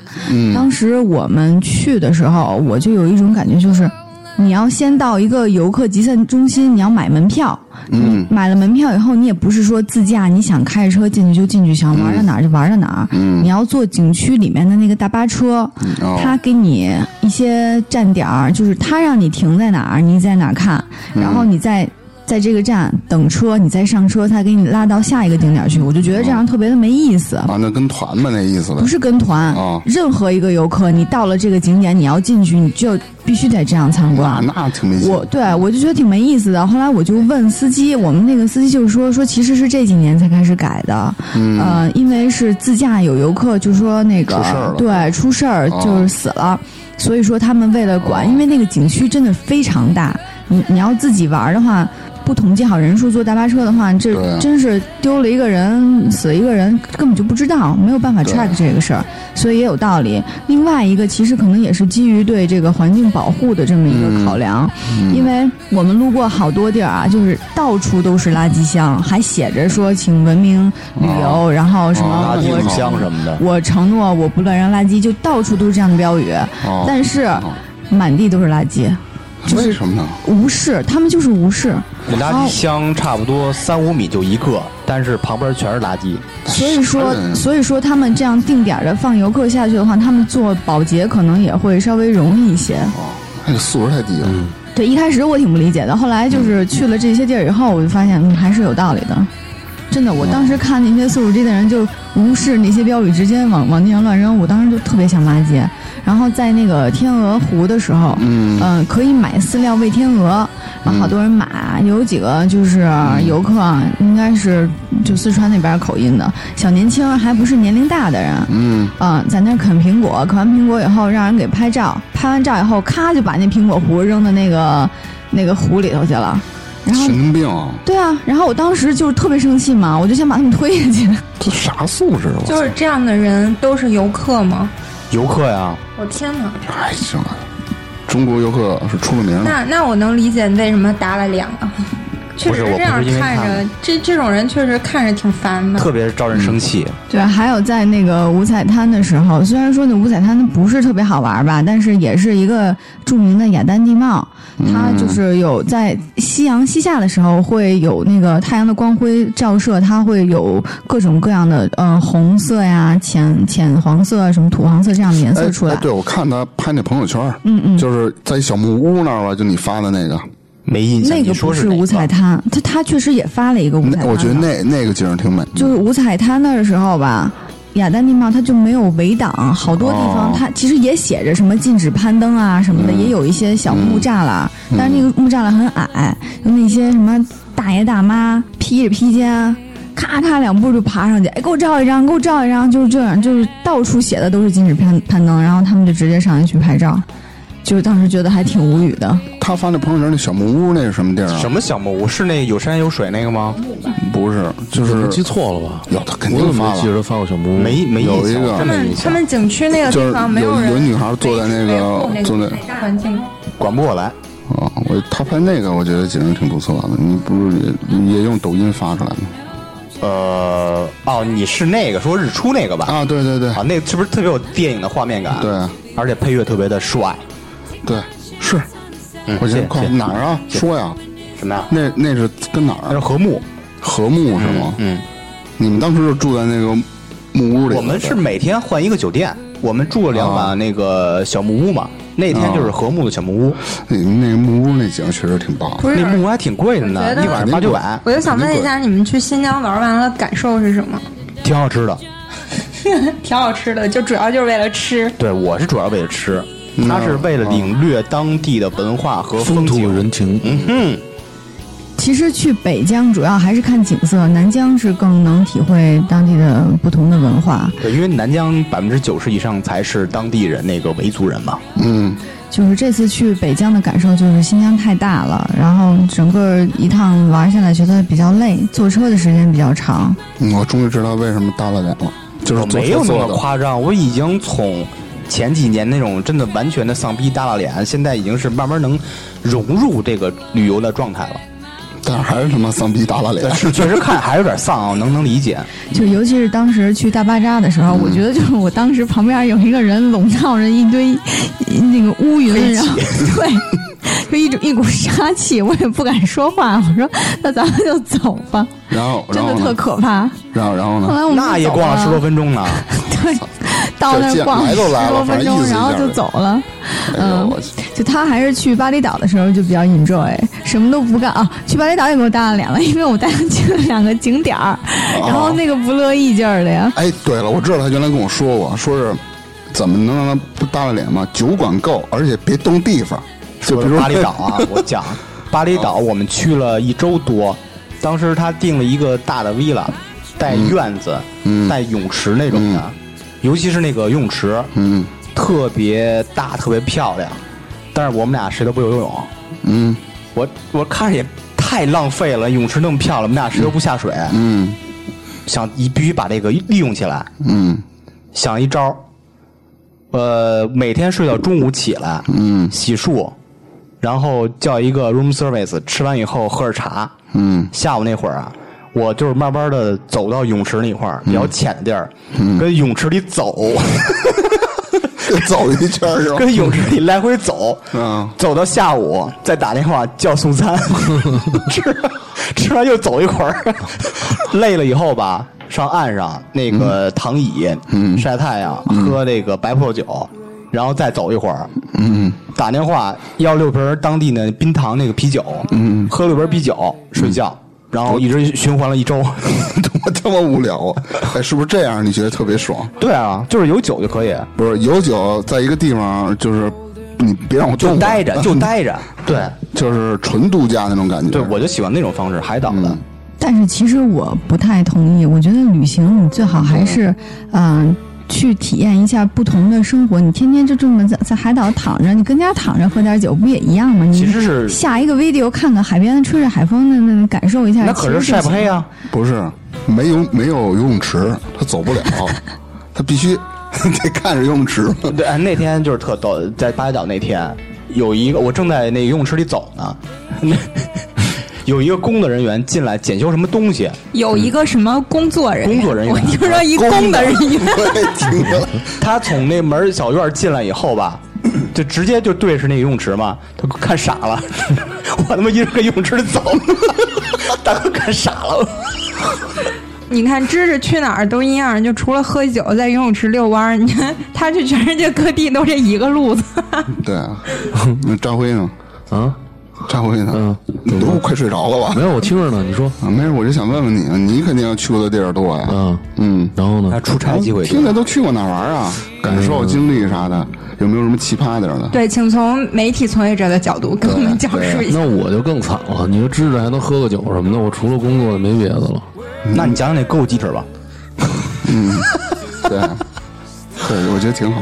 F: 当时我们去的时候，我就有一种感觉，就是你要先到一个游客集散中心，你要买门票，嗯，买了门票以后，你也不是说自驾，你想开着车进去就进去，想玩到哪儿就玩到哪儿，嗯，你要坐景区里面的那个大巴车，
A: 哦
F: 他给你一些站点儿，就是他让你停在哪儿，你在哪儿看，然后你在在这个站等车，你再上车，他给你拉到下一个景点儿去。我就觉得这样特别的没意思，
A: 啊，那跟团吧那意思呗
F: 嗯不。是跟团
A: 哦。
F: 任何一个游客，你到了这个景点，你要进去，你就必须得这样参
A: 啊，
F: 观。
A: 那挺没劲。
F: 我对我就觉得挺没意思的。后来我就问司机，我们那个司机就是说说其实是这几年才开始改的，嗯、呃，因为是自驾有游客就说那个
A: 出事儿了
F: 对出事儿
A: 哦
F: 就是死了，所以说他们为了管，因为那个景区真的非常大，你你要自己玩儿的话。不统计好人数坐大巴车的话，这
A: 对啊
F: 真是丢了一个人，死一个人，根本就不知道，没有办法
A: 对啊
F: track 这个事儿，所以也有道理。另外一个其实可能也是基于对这个环境保护的这么一
A: 嗯
F: 个考量，
C: 嗯
F: 因为我们路过好多地儿啊，就是到处都是垃圾箱，还写着说请文明旅游，然后什么
A: 啊
C: 哦垃圾
A: 我
C: 桶
A: 知道
F: 我、
C: 箱什么的，
F: 我承诺我不乱扔垃圾，就到处都是这样的标语，
A: 哦
F: 但是、满地都是垃圾，
A: 为什么呢？
F: 无视他们就是无视。
C: 那垃圾箱差不多三五米就一个，但是旁边全是垃圾。
F: 所以说
C: 嗯
A: 杀人，
F: 所以说他们这样定点儿的放游客下去的话，他们做保洁可能也会稍微容易一些。
A: 哎，素质太低了。
F: 对，一开始我挺不理解的，后来就是去了这些地儿以后，我就发现嗯还是有道理的。真的，我当时看那些速度低的人就无视那些标语，直接往往地上乱扔，我当时就特别想骂街。然后在那个天鹅湖的时候，嗯、可以买饲料喂天鹅，然后好多人买，有几个就是游客，啊应该是就四川那边口音的小年轻，还不是年龄大的人，
A: 嗯，
F: 嗯，在那儿啃苹果，啃完苹果以后让人给拍照，拍完照以后，咔就把那苹果核扔到那个那个湖里头去了。然后
A: 神经病啊，
F: 对啊，然后我当时就是特别生气嘛，我就想把他们推下去。
A: 这啥素质啊？我
D: 就是这样的人都是游客吗？
C: 游客呀，
D: 我天哪！
A: 哎行了，中国游客是出了名的，
D: 那那我能理解你为什么打了脸了。确实
C: 我不
D: 这样
C: 是因为
D: 看
C: 看
D: 着，这这种人确实看着挺烦的。
C: 特别是招人生气。
F: 对，还有在那个五彩滩的时候，虽然说那五彩滩不是特别好玩吧，但是也是一个著名的雅丹地貌。它就是有在夕阳西下的时候，会有那个太阳的光辉照射，它会有各种各样的呃红色呀、浅浅黄色、什么土黄色这样的颜色
A: 哎
F: 出来。
A: 哎对，我看他拍那朋友圈，
F: 嗯嗯，
A: 就是在一小木屋那儿吧，就你发的那个，
C: 没印象，
F: 那
C: 你
F: 个
C: 说
F: 不
C: 是
F: 是
C: 哪
F: 五彩
C: 个
F: 滩，它它确实也发了一个五彩
A: 那
F: 滩。
A: 我觉得那那个景儿挺美，
F: 就是五彩滩那儿的时候吧，雅丹地貌它就没有围挡，好多地
A: 哦
F: 方它其实也写着什么禁止攀登啊什么的，也有一些小木栅栏，但是那个木栅栏很矮，有那些什么大爷大妈披着披肩。啊咔咔两步就爬上去，哎，给我照一张，给我照一张，就是这样，就是到处写的都是禁止攀攀登，然后他们就直接上去去拍照，就是当时觉得还挺无语的。
A: 他发那朋友圈那小木屋那是什么地儿啊？
C: 什么小木屋？是那有山有水那个吗？
A: 不是，就
B: 我
A: 是
B: 记错了吧？
A: 哟他肯定
B: 我怎么
A: 发
B: 没记
A: 了。
B: 着他发过小木屋？
C: 没没
A: 有
C: 印
A: 一
C: 象，
A: 个
D: 他
C: 真没
D: 们
C: 印
D: 他
C: 象，
D: 们景区那个
A: 就是
D: 地方没
A: 有
D: 人
A: 有女孩坐在那个
D: 维护那个
A: 坐在
D: 环境。
C: 管不过来。
A: 啊，我他拍那个我觉得景儿挺不错的，你不是也也用抖音发出来吗？
C: 呃，哦，你是那个说日出那个吧？
A: 啊，对对对
C: 啊，那个是不是特别有电影的画面感？
A: 对，
C: 而且配乐特别的帅。
A: 对，是，
C: 嗯
A: 我
C: 谢
A: 先
C: 谢
A: 告诉
C: 谢
A: 你哪儿啊？
C: 谢
A: 说呀，
C: 什么呀？
A: 那那是跟哪儿
C: 那是
A: 啊？
C: 和睦，
A: 和睦是吗？
C: 嗯，
A: 你们当时就住在那个木屋里？
C: 我们是每天换一个酒店，我们住了两
A: 啊
C: 晚那个小木屋嘛。那天就是和睦的小木屋，
A: 那那木屋那景儿确实挺棒的。
D: 不是
C: 那，木屋还挺贵的呢
D: 我觉，得
C: 一晚上八九百，
D: 我就想问一下，你们去新疆玩完了感受是什么？
C: 挺好吃的。
D: [laughs] 挺好吃的，就主要就是为了吃。
C: 对，我是主要为了吃，
A: 嗯
C: 他是为了领略当地的文化和
B: 风
C: 风
B: 土
C: 景。
B: 人情。
C: 嗯哼，
F: 其实去北疆主要还是看景色，南疆是更能体会当地的不同的文化。
C: 对，因为南疆百分之九十以上才是当地人，那个维族人嘛。
A: 嗯，
F: 就是这次去北疆的感受就是新疆太大了，然后整个一趟玩下来觉得比较累，坐车的时间比较长。
A: 嗯我终于知道为什么耷拉脸了，就是
C: 我
A: 坐
C: 没有那
A: 坐
C: 么
A: 的。
C: 夸张，我已经从前几年那种真的完全的丧逼耷拉脸，现在已经是慢慢能融入这个旅游的状态了。
A: 但是还是他妈丧逼耷拉脸
C: 对，。
F: [laughs]
C: 是确实看还有点丧啊，能能理解。
F: 就尤其是当时去大巴扎的时候，我觉得就是我当时旁边有一个人笼罩着一堆一那个乌云，然后对，就一种一股杀气，我也不敢说话。我说那咱们就走吧，
A: 然后，
F: 真
A: 然
F: 的
A: 后呢？
F: 特可怕。
A: 然后，然后
F: 后
A: 呢？
F: 来我们
C: 那
F: 就
C: 也
F: 走
C: 逛了十多
F: 了
C: 分钟呢，
F: 对，到那
A: 这
F: 儿逛
A: 来
F: 十
A: 都来了
F: 多
A: 反
F: 分
A: 正
F: 钟
A: 意，思一
F: 然后
A: 下
F: 就
A: 呗
F: 走了。
A: 哎呦
F: 嗯
A: 我去！
F: 就他还是去巴厘岛的时候就比较 enjoy，什么都不干啊。去巴厘岛也给我耷拉脸了， [laughs] 因为我带他去了两个景点儿，然后那个不乐意劲儿的呀。
A: 哎，对了，我知道他原来跟我说过，说是怎么能让他不耷拉脸嘛？酒馆够，而且别动地方。就比
C: 说到
A: 如
C: 巴厘岛
A: [laughs]
C: 啊，我讲巴厘岛，我们去了一周多，当时他订了一个大的 villa，带院子、
A: 嗯
C: 带泳池那种的，尤其是那个游泳池
A: 嗯
C: 特别大、特别漂亮，但是我们俩谁都不会游泳，
A: 嗯
C: 我我看着也太浪费了，泳池那么漂亮，我们俩谁都不下水，
A: 嗯
C: 想一必须把这个利用起来，
A: 嗯
C: 想一招儿，呃，每天睡到中午起来，
A: 嗯
C: 洗漱，然后叫一个 room service，吃完以后喝点茶。
A: 嗯
C: 下午那会儿啊，我就是慢慢的走到泳池那块儿比较浅的地儿，跟泳池里走，
A: 嗯， [laughs] 走一圈儿是吧？
C: 跟泳池里来回走，
A: 嗯
C: [laughs] 走到下午再打电话叫送餐，
A: [laughs]
C: 吃吃完又走一会儿，累了以后吧，上岸上那
A: 嗯
C: 个躺椅、晒太阳，喝那个白葡萄酒，然后再走一会儿，
A: 嗯
C: [laughs] 打电话要六瓶儿当地的冰糖那个啤酒，
A: 嗯
C: 喝六瓶儿啤酒睡觉，然后一直循环了一周。
A: 嗯多他妈无聊啊！哎，是不是这样？你觉得特别爽？
C: [laughs] 对啊，就是有酒就可以，
A: 不是有酒，在一个地方就是你别让我动
C: 就
A: 会儿
C: 待着，
A: 嗯
C: 就
A: [laughs]
C: 待着。对，
A: 就是纯度假那种感觉。
C: 对我就喜欢那种方式，海岛的。
F: 但是其实我不太同意，我觉得旅行你最好还是，嗯、去体验一下不同的生活。你天天就这么在在海岛躺着，你跟家躺着喝点酒不也一样吗？你
C: 其实是
F: 下一个 video 看看海边吹着海风的那那感受一下，
C: 那可是
F: 哎其实
C: 晒不黑啊。
A: 不是，没有没有游泳池，他走不了，他必须 [laughs] 得看着游泳池。
C: 对，哎那天就是特逗，在巴厘岛那天，有一个我正在那游泳池里走呢， [laughs] 那有一个工作人员进来检修什么东西，
D: 有
A: 嗯
D: 一个什么工作人员，
C: 工作人员
D: 我 [laughs] 听说一工的人员，
A: 我也听着了，
C: 他从那门儿小院儿进来以后吧，就直接就对着那游泳池嘛，他看傻了， [laughs] 我他妈一人跟游泳池里走，大哥看傻了，
D: 你看知识去哪儿都一样，就除了喝酒，在游泳池遛弯儿，你看他去全世界各地都这一个路子。 [laughs]
A: 对啊，那张辉呢？
B: 啊，
A: 张辉呢？你都快睡着了吧
B: 没？有，我听着呢，你说
A: 啊，没事，我就想问问你，你肯定要去过的地儿多呀。
B: 啊，
A: 嗯，
B: 然后呢？
C: 出差机会
A: 听着都去过哪儿玩啊？感受、经历啥的，有没有什么奇葩点儿的？
D: 对，请从媒体从业者的角度跟我们
A: 对啊
D: 讲述一下
B: 那。我就更惨了，你说知识还能喝个酒什么的，我除了工作就没别的了。
C: 那你讲讲那购物机制吧，
A: 对，对，我觉得挺好。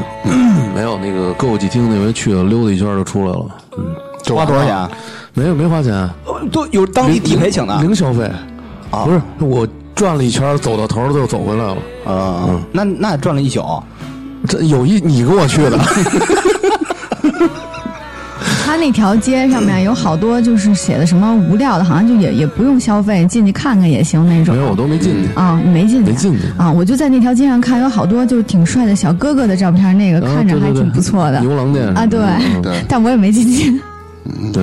B: 没有那个歌舞伎厅那回去了溜达一圈就出来了，嗯，
A: 就
C: 花
A: 完
C: 多少
A: 了
C: 钱啊？
B: 没有没花钱，
C: 都有当地地陪请的
B: 零消费，不是我转了一圈走到头儿就走回来了。
C: 啊，那那赚了一宿，
B: 这有一你跟我去
C: [laughs]
B: 的，
F: 它那条街上面有好多就是写的什么无料的，好像就也也不用消费，进去看看也行那种。
B: 没有我都没进去，
F: 啊，你没进去，
B: 没进去
F: 啊！我就在那条街上看，有好多就是挺帅的小哥哥的照片，那个
B: 啊
F: 看着
B: 对对
F: 还
B: 对
F: 挺不错的
B: 牛郎店嗯
F: 啊。对，
A: 对
F: 但我也没进去。
B: 对，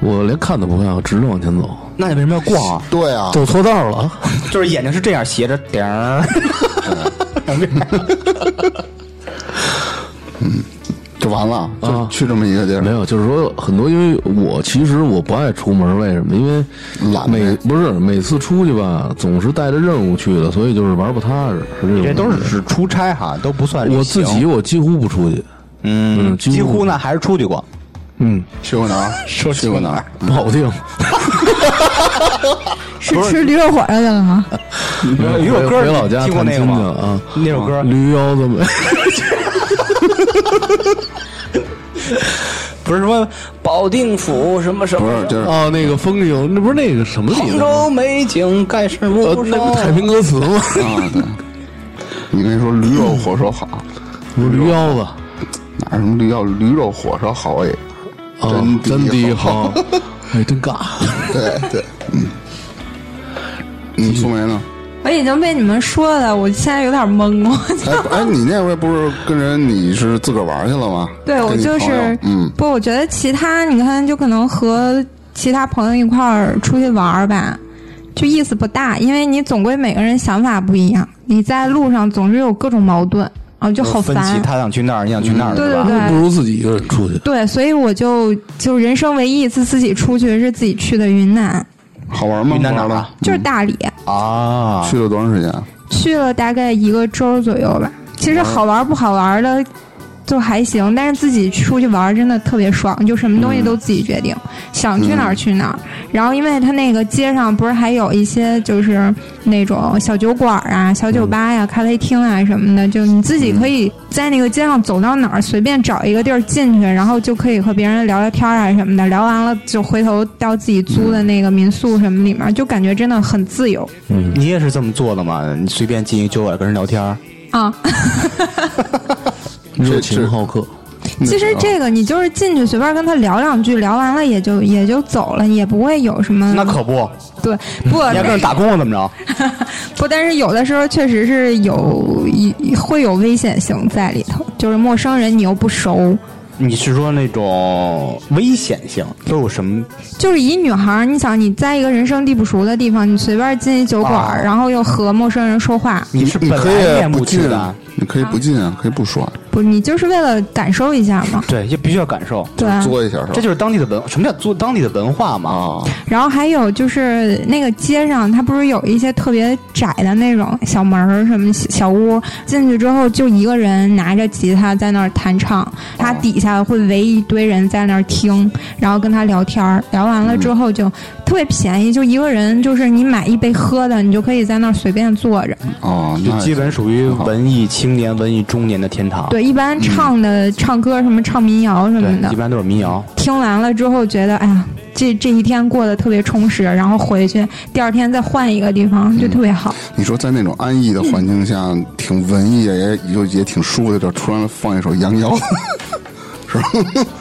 B: 我连看都不看，我直着往前走，
C: 那你为什么要嗯逛啊？
A: 对啊，
B: 走错道了。
C: 就是眼睛是这样斜着点儿， [laughs]
A: 就完了，就
B: 啊
A: 去这么一个地
B: [laughs] 没
A: 儿。
B: 有，就是说很多，因为我其实我不爱出门，为什么？因为
A: 懒呗
B: 每不是每次出去吧，总是带着任务去的，所以就是玩不踏实，是这种。
C: 这都是指出差哈，都不算旅
B: 我
C: 行
B: 自己，我几乎不出去，
C: 嗯，
B: 嗯几乎
C: 几乎呢还是出去过，
B: 嗯，
A: 去过哪儿？
C: 说
A: 去过哪儿？
B: 不好听。
F: [laughs] 是吃驴肉火烧去了吗？
C: 有一首歌
B: 嗯回老家
C: 听过
B: 探
C: 那
B: 亲
C: 个吗
B: 去了？啊，
C: 那首歌
B: 驴腰子没。
C: 不是什么保定府什么什
A: 不
C: 么
A: 是，就是
B: 哦，那个风景，那不是那个什么里
C: 杭
B: 的吗
C: 州美景盖世
B: 呃，
C: 无
B: 那
C: 双
B: 不，太平歌词 [laughs] 吗？
A: 啊，对。你跟你说驴肉火烧好，
B: 不是驴腰子。
A: 哪有什么驴要驴肉火烧好哎？
B: 啊
A: 真，
B: 真
A: 地
B: 的 [laughs] 好，哎，真尬。
A: 对对，嗯，你苏梅呢？
D: 我已经被你们说的，我现在有点懵了。
A: [laughs] 哎不哎，你那回不是跟人你是自个儿玩去了吗？
D: 对，我
A: 跟你
D: 就
A: 朋友
D: 是，
A: 嗯，
D: 不，我觉得其他你看，就可能和其他朋友一块儿出去玩儿吧，就意思不大，因为你总归每个人想法不一样，你在路上总是有各种矛盾啊，就好
C: 分歧，
D: 烦。
C: 他想去那儿，你想去那儿，
D: 对
C: 是吧？
D: 对
F: 哎
B: 不如自己一个人出去。
D: 对，所以我就就人生唯一一次自己出去是自己去的云南，
A: 好玩吗？
C: 云南哪儿
A: 玩
C: 啊
A: 了？
D: 就是大理，
C: 啊，
A: 去了多长时间？
D: 去了大概一个周左右吧。其实好玩不好玩的就还行，但是自己出去玩真的特别爽，就什么东西都自己决定，想去哪儿去哪儿。然后因为它那个街上不是还有一些就是那种小酒馆啊、小酒吧呀、咖啡厅啊什么的，就你自己可以在那个街上走到哪儿随便找一个地儿进去，然后就可以和别人聊聊天啊什么的。聊完了就回头到自己租的那个民宿什么里面，就感觉真的很自由。
C: 你也是这么做的吗？你随便进一酒馆跟人聊天儿，
D: 啊，
B: 热情好客，
C: 嗯
D: 其实这个你就是进去随便跟他聊两句，聊完了也就也就走了，也不会有什么。
C: 那可不，
D: 对，不
C: 你还跟人打工啊？怎么着？
D: 不，但是有的时候确实是有一会有危险性在里头，就是陌生人你又不熟。
C: 你是说那种危险性都有什么？
D: 就是一女孩儿，你想你在一个人生地不熟的地方，你随便进一酒馆儿，
C: 啊
D: 然后又和陌生人说话，
C: 你是本
A: 你可
C: 来
A: 以
C: 面
A: 不
C: 目去
A: 进
C: 的，，
A: 你可以不进啊，可以不说，
D: 不，你就是为了感受一下嘛。
C: 对，也必须要感受。
D: 对啊，
A: 作一下是吧？
C: 这就是当地的文，什么叫做当地的文化嘛？
A: 啊，
D: 然后还有就是那个街上，它不是有一些特别窄的那种小门儿，什么小小屋，进去之后就一个人拿着吉他在那儿弹唱，他底下会围一堆人在那儿听，然后跟他聊天儿，聊完了之后就特别便宜，就一个人就是你买一杯喝的，你就可以在那儿随便坐着。
C: 嗯
A: 哦，
C: 就
A: 那
C: 基本属于文艺青年、文艺中年的天堂。
D: 对，一般唱的、唱歌什么唱民谣什么
C: 对，一
D: 的，
C: 般都是民谣。
D: 听完了之后觉得哎呀，这这一天过得特别充实，然后回去第二天再换一个地方
C: 嗯
D: 就特别好。
A: 你说在那种安逸的环境下，挺文艺也也也挺舒服的，就突然放一首羊腰，是吧？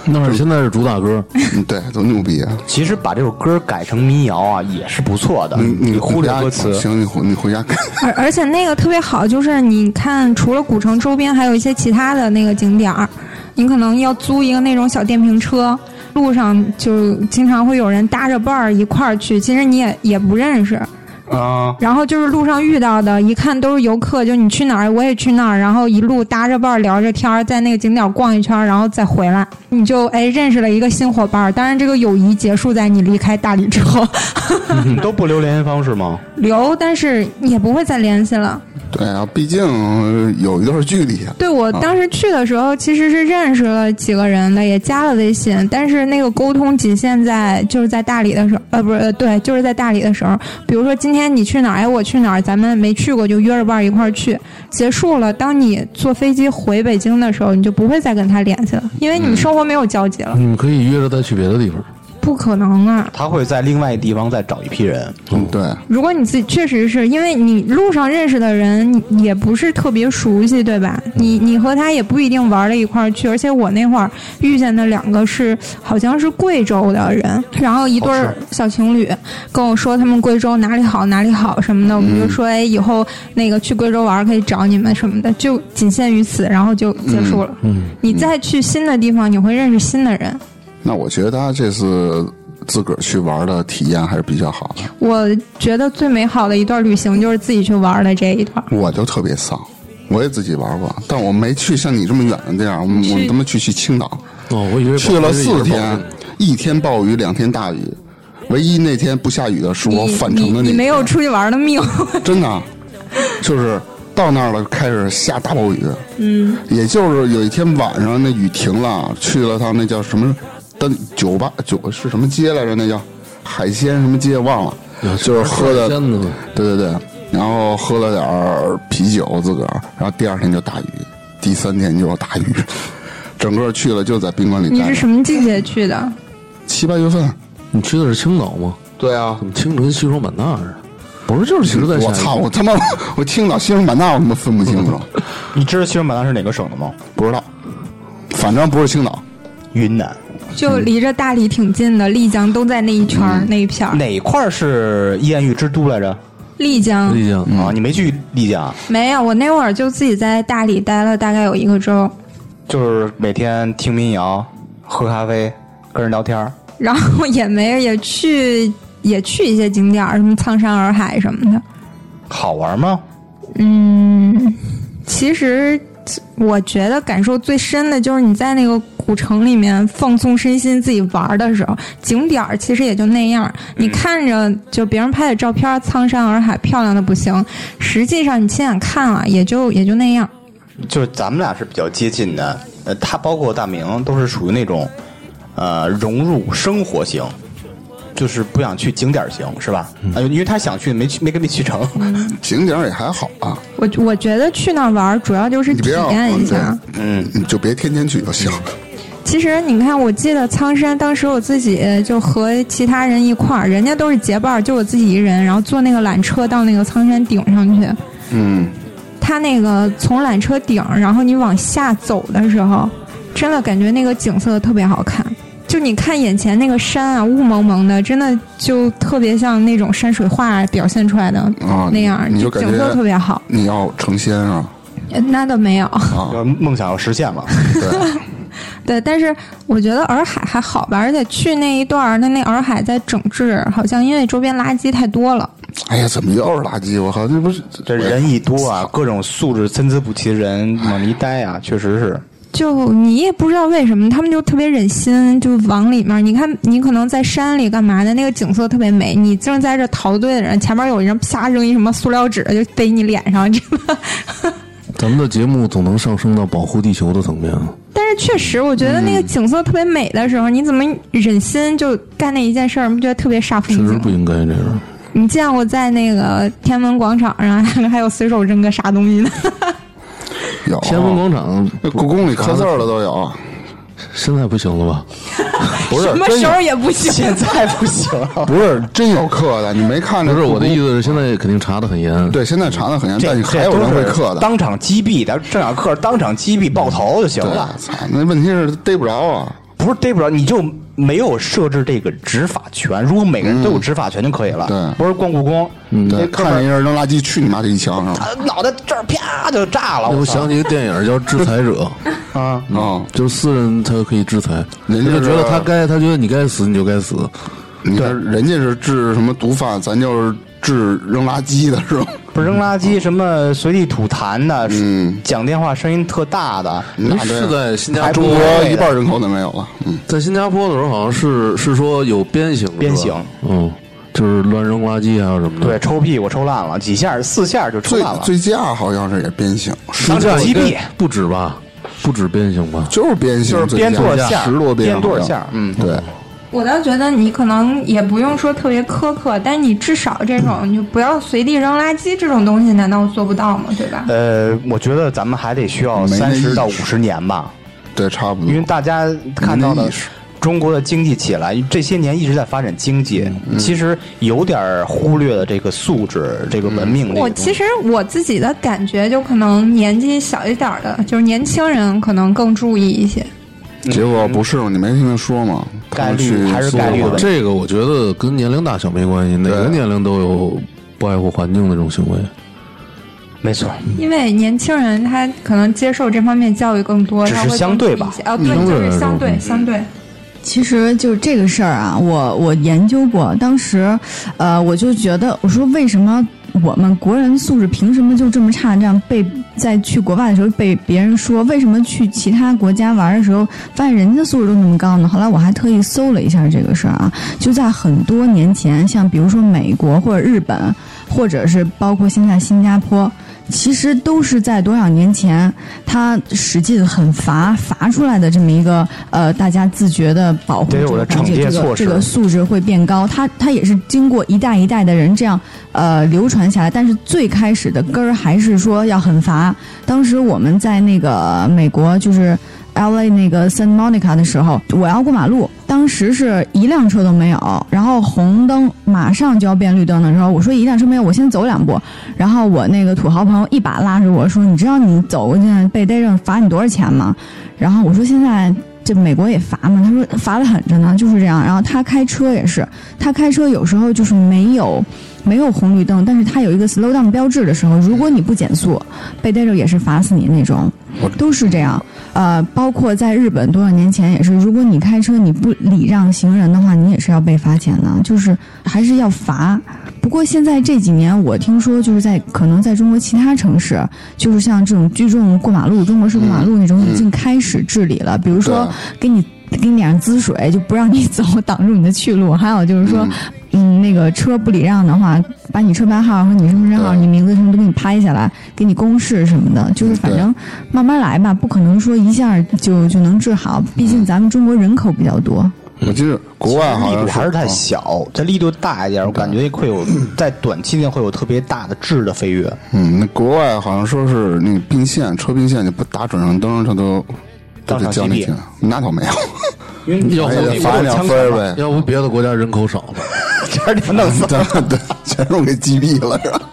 B: 那会儿现在是主打歌，
A: 嗯对，多牛逼啊！
C: 其实把这首歌改成民谣啊，也是不错的。
A: 嗯你
C: 你忽略
A: 回家
C: 歌词，
A: 行，你回你回家看。
D: 而而且那个特别好，就是你看，除了古城周边，还有一些其他的那个景点儿，你可能要租一个那种小电瓶车，路上就经常会有人搭着伴儿一块儿去，其实你也也不认识。
C: 啊，
D: 然后就是路上遇到的，一看都是游客，就你去哪儿我也去那儿，然后一路搭着伴儿聊着天儿，在那个景点儿逛一圈儿，然后再回来，你就哎认识了一个新伙伴儿。当然，这个友谊结束在你离开大理之后， [laughs]
C: 嗯 [laughs] 都不留联系方式吗？
D: 留，但是也不会再联系了。
A: 对啊，毕竟呃有一段距离啊。
D: 对我当时去的时候，其实是认识了几个人的，也加了微信，但是那个沟通仅限在就是在大理的时候，呃，不是，呃对，就是在大理的时候。比如说今天你去哪儿，哎，我去哪儿，咱们没去过就约着伴儿一块儿去。结束了，当你坐飞机回北京的时候，你就不会再跟他联系了，因为你们生活没有交集了，
B: [laughs] 你们可以约着再去别的地方。
D: 不可能啊！
C: 他会在另外一地方再找一批人。
A: 嗯，对，
D: 如果你自己确实是因为你路上认识的人你也不是特别熟悉，对
B: 嗯
D: 吧？你你和他也不一定玩到一块儿去，而且我那会儿遇见的两个是好像是贵州的人，然后一对
C: 好
D: 儿小情侣跟我说他们贵州哪里好哪里好什么的，我们就
B: 嗯
D: 说哎以后那个去贵州玩儿可以找你们什么的，就仅限于此，然后就结束了。
B: 嗯，
D: 你再去新的地方，你会认识新的人。
A: 那我觉得他这次自个儿去玩的体验还是比较好的。
D: 我觉得最美好的一段旅行就是自己去玩儿的这一段。
A: 我就特别丧，我也自己玩过，但我没去像你这么远的地儿，我们我们他妈去去青岛，
B: 哦，我以为
A: 去了四
B: 我以为也是
A: 天
B: 保定，
A: 一天暴雨，两天大雨，唯一那天不下雨的是我
D: 你
A: 返程的
D: 你，
A: 那
D: 你没有
A: 天
D: 出去玩的命。
A: 真的，啊就是到那儿了开始下大暴雨，嗯，也就是有一天晚上那雨停了，去了趟那叫什么单酒吧酒是什么街来着？那叫海鲜什么街忘了，就是喝的
B: 天呐，
A: 对对对，然后喝了点儿啤酒自个儿，然后第二天就大雨，第三天就要大雨， [laughs] 整个去了就在宾馆里
D: 你
A: 待
D: 是
A: 着，
D: 什么季节去的？
A: 七八月份。
B: 你去的是青岛吗？
A: 对啊
B: 怎，么听着跟西双版纳似的？不是，就是一直在下雨
A: 我操，我他妈我青岛西双版纳我他妈分不清楚，
C: 你知道西双版纳是哪个省的吗？
A: 不知道，反正不是青岛。
C: 云南
D: 就离着大理挺近的，丽江都在那一圈儿、那一片儿。
C: 哪块儿是艳遇之都来着？
D: 丽江
B: 丽江
C: 啊，你没去丽江啊，
D: 没有，我那会儿就自己在大理待了大概有一个周，
C: 就是每天听民谣、喝咖啡、跟人聊天儿。
D: 然后 [laughs] 也没也去也去一些景点儿，什么苍山洱海什么的。
C: 好玩吗？
D: 其实我觉得感受最深的就是你在那个古城里面放松身心、自己玩儿的时候，景点儿其实也就那样儿。你看着就别人拍的照片，苍山洱海漂亮的不行，实际上你亲眼看了也就也就那样。
C: 就是咱们俩是比较接近的，呃，他包括大明都是属于那种，呃，融入生活型，就是不想去景点儿型，是吧？啊、因为他想去，没去，没跟你去成。
A: 景点儿也还好啊，
D: 我我觉得去那儿玩儿主要就是
A: 你
D: 体
A: 别让
D: 验一下。
C: 嗯，
A: 你就别天天去就行。
D: 其实你看，我记得苍山当时我自己呃就和其他人一块儿，人家都是结伴儿，就我自己一人，然后坐那个缆车到那个苍山顶上去。
A: 嗯，
D: 它那个从缆车顶，然后你往下走的时候，真的感觉那个景色特别好看。就你看眼前那个山啊，雾蒙蒙的，真的就特别像那种山水画表现出来的
A: 啊
D: 那样，
A: 你你就感
D: 景
A: 觉
D: 色特别好。
A: 你要成仙啊，
D: 呃那倒没有，
C: 就是梦想要实 [laughs] 现了。
A: 对，
D: 对，但是我觉得洱海还好吧，而且去那一段儿，那那洱海在整治，好像因为周边垃圾太多了。
A: 哎呀，怎么又是垃圾？我靠，这不是哎
C: 这人一多啊，各种素质参差不齐的人往那一待啊，确实是。
D: 就你也不知道为什么，他们就特别忍心，就往里面。你看，你可能在山里干嘛的，那个景色特别美。你正在这陶醉的人，前面有人啪扔一什么塑料纸就飞你脸上，真的。
B: 咱们的节目总能上升到保护地球的层面。啊
D: 但是确实，我觉得那个
B: 嗯
D: 景色特别美的时候，你怎么忍心就干那一件事儿？你不觉得特别煞风
B: 确实
D: 景
B: 不
D: 吗？
B: 应该这种。
D: 你见过在那个天安门广场上还有随手扔个啥东西的？
A: 有
B: 天安门广场
A: 那故宫里刻字儿的都有，
B: 现在不行了吧？
A: 不是
D: 什么
A: 真
D: 时
A: 有
D: 候也不
C: [laughs]
D: 行。
C: 现在不 [laughs] 行了。
A: 不是真有刻的，你没看着？
B: 不是我的意思是，现在肯定查的很严。，
A: 对，现在查的很严，
C: 这
A: 但你还有
C: 这都
A: 人
C: 是
A: 会刻的。
C: 当场击毙的，正小克当场击毙爆头就行
A: 对
C: 了，，
A: 操，那问题是逮不着啊。
C: 不是逮不着你就没有设置这个执法权。如果每个人都有执法权就可以了，
A: 嗯对嗯
C: 不是逛故宫，
A: 对，
C: 那哥
A: 看
C: 们
A: 见
C: 儿
A: 一人扔垃圾，去你妈这一枪是吧？
C: 啊脑袋这儿啪就炸了，
B: 那我
C: 操
B: 想起一个电影叫《制裁者》，
C: 啊，
A: 啊，
B: 就是私人他可以制裁，
A: 人
B: 他
A: 家
B: 就是觉得他该，他觉得你该死，你就该死。
A: 你这人家是治什么毒贩，咱就是治扔垃圾的是吧？
C: 不是扔垃圾什么随地吐痰的，
A: 嗯
C: 讲电话声音特大的，
A: 那这
B: 是在新加
C: 啊还
B: 坡
C: 不
A: 中
C: 如
A: 国一半人口都没有了，嗯，
B: 在新加坡的时候，好像是是说有鞭刑，是吧
C: 鞭刑，
B: 嗯，就是乱扔垃圾还有什么的。
C: 对，，抽屁股抽烂了，几下四下就抽
A: 醉
C: 烂了，
A: 醉驾好像是也鞭刑，嗯是
C: 当场击毙，
B: 不止吧，不止鞭刑吧？
A: 就是鞭刑，
C: 就是鞭多少
A: 醉驾
C: 下，
A: 十多鞭，
C: 鞭多少下，嗯，
A: 好像？对，
D: [laughs] 我倒觉得你可能也不用说特别苛刻，但你至少这种，你就不要随地扔垃圾这种东西，难道做不到吗？对吧？
C: 呃，我觉得咱们还得需要
A: 没那
C: 三
A: 意识
C: 十到五十年吧，
A: 对，差不多
C: 因。为大家看到
A: 没那
C: 的
A: 意识
C: 中国的经济起来，这些年一直在发展经济，其实有点儿忽略了这个素质、这个文明这个
D: 我
C: 东西
D: 其实我自己的感觉，就可能年纪小一点儿的，就是年轻人可能更注意一些。
A: 结果不是吗？你没听他说吗？
C: 概
A: 他们
C: 率
A: 去
C: 还是
A: 搜
C: 概
A: 了
C: 率的
A: 吗
C: 问题
B: 嗯这个我觉得跟年龄大小没关系，哪个
A: 对
B: 年龄都有不爱护环境的这种行为。
C: 没错。
D: 因为年轻人他可能接受这方面教育更多，
C: 只是
D: 他会更
C: 相对吧嗯
D: 注意一些哦，对，就是相对相对。
F: 其实就是这个事儿啊，我我研究过，当时，呃，我就觉得，我说为什么我们国人素质凭什么就这么差？这样被在去国外的时候被别人说，为什么去其他国家玩的时候，发现人家素质都那么高呢？后来我还特意搜了一下这个事儿啊，就在很多年前，像比如说美国或者日本，或者是包括现在新加坡。其实都是在多少年前，他使劲很罚罚出来的这么一个呃，大家自觉的保护
C: 得有
F: 这
C: 的
F: 个
C: 惩
F: 环境，
C: 戒
F: 这个
C: 措施
F: 这个素质会变高。它它也是经过一代一代的人这样呃流传下来，但是最开始的根儿还是说要很罚。当时我们在那个美国就是 L A 那个 San Monica 的时候，我要过马路，当时是一辆车都没有，然后红灯马上就要变绿灯的时候，我说一辆车没有，我先走两步，然后我那个土豪朋友一把拉着我说：“你知道你走过去被逮着罚你多少钱吗？”然后我说：“现在这美国也罚吗？”他说：“罚的很着呢，就是这样。”然后他开车也是，他开车有时候就是没有没有红绿灯，但是他有一个 slow down 标志的时候，如果你不减速，被逮着也是罚死你那种，都是这样。呃，包括在日本多少年前也是，如果你开车你不礼让行人的话，你也是要被罚钱的，就是还是要罚。不过现在这几年，我听说就是在可能在中国其他城市，就是像这种聚众过马路、中国式过马路那种，已经开始治理了。比如说给你给你脸上滋水，就不让你走，挡住你的去路；还有就是说，嗯，那个车不礼让的话，把你车牌号和你身份证号、
A: 对
F: 你名字什么都给你拍下来，给你公示什么的。就是反正慢慢来吧，不可能说一下就就能治好，毕竟咱们中国人口比较多。
A: 我记得国外好
C: 力
A: 像
C: 度还是太
A: 啊
C: 小，这力度大一点，我感觉会有在短期内会有特别大的质的飞跃。
A: 嗯，那国外好像说是那并线车并线，你不打转向灯，他都都
C: 当
A: 得
C: 场
A: 交
C: 击
A: 你
C: 毙
A: 钱。那倒没有，
C: 因为你
B: 要
A: 哎
C: 有
A: 呀罚两分儿，呗。
B: 要不别的国家人口少了，
C: [laughs] 差点弄死。
A: 咱们对， [laughs] 全都给击毙了是吧？
B: [laughs]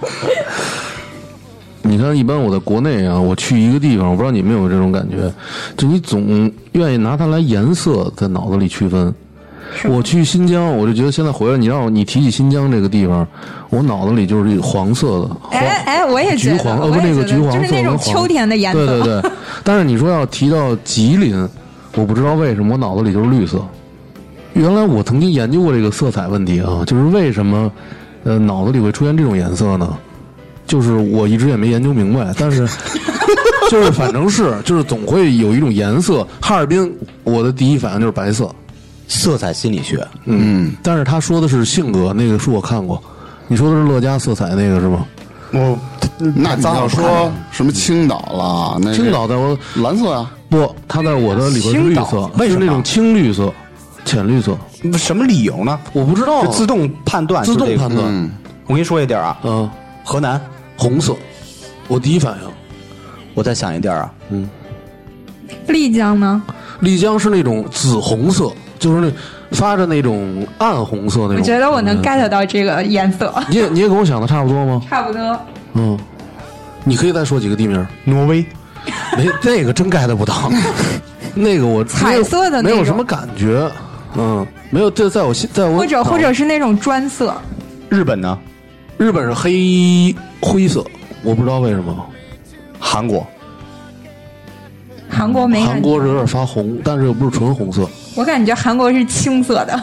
B: 你看，一般我在国内啊，我去一个地方，我不知道你们有没有这种感觉，就你总愿意拿它来颜色在脑子里区分。我去新疆，我就觉得现在回来，你让我你提起新疆这个地方，我脑子里就是黄色的，黄
D: 哎
C: 哦
D: 哎，我也觉
B: 橘
D: 得，
B: 黄，呃
D: 我
B: 不，
D: 也
B: 那
D: 觉
B: 个
D: 得
B: 橘黄色
D: 就是那
B: 跟
D: 种
B: 黄
D: 秋天的颜色。
B: 对
D: [laughs]
B: 对对，但是你说要提到吉林，我不知道为什么我脑子里就是绿色。原来我曾经研究过这个色彩问题啊，就是为什么呃脑子里会出现这种颜色呢？就是我一直也没研究明白，但
D: [laughs]
B: 是就是反正是就是总会有一种颜色。哈尔滨，我的第一反应就是白色，
C: 色彩心理学，
B: 嗯，但是他说的是性格，那个书我看过。你说的是乐嘉色彩那个是吗？
C: 我嗯
A: 那你要说什么青岛啦，那是
B: 青岛在我
A: 蓝色啊，
B: 不，它在我的里边是绿
C: 青岛
B: 色，
C: 为什
B: 是
C: 么
B: 那种青绿色、浅绿色，
C: 什么理由呢？
B: 我不知道啊
C: 是自动判断，
B: 自
C: 就这
B: 动
C: 个
B: 判。断。
A: 嗯，
C: 我跟你说一地儿啊，
B: 嗯，
C: 河南，
B: 红色，我第一反应。
C: 我再想一地儿啊，
D: 丽江呢？
B: 丽江是那种紫红色，就是那发着那种暗红色那种。
D: 我觉得我能
B: 嗯
D: get 到这个颜色，
B: 你也你也跟我想的差不多吗？
D: 差不多。
B: 嗯，你可以再说几个地名。
C: 挪威，
B: 没那个真 get 不到，
C: [laughs]
B: 那个我
D: 彩
B: 没有
D: 色的那
B: 没有什
D: 种
B: 么感觉，嗯，没有这在我心在我
D: 或者
B: 脑
D: 或者是那种砖色，
C: 日本呢，
B: 日本是黑灰色，我不知道为什么
C: 韩国，
D: 韩国没
B: 韩
D: 感
B: 国
D: 觉，
B: 是有点发红，但是又不是纯红色，
D: 我感觉韩国是青色的，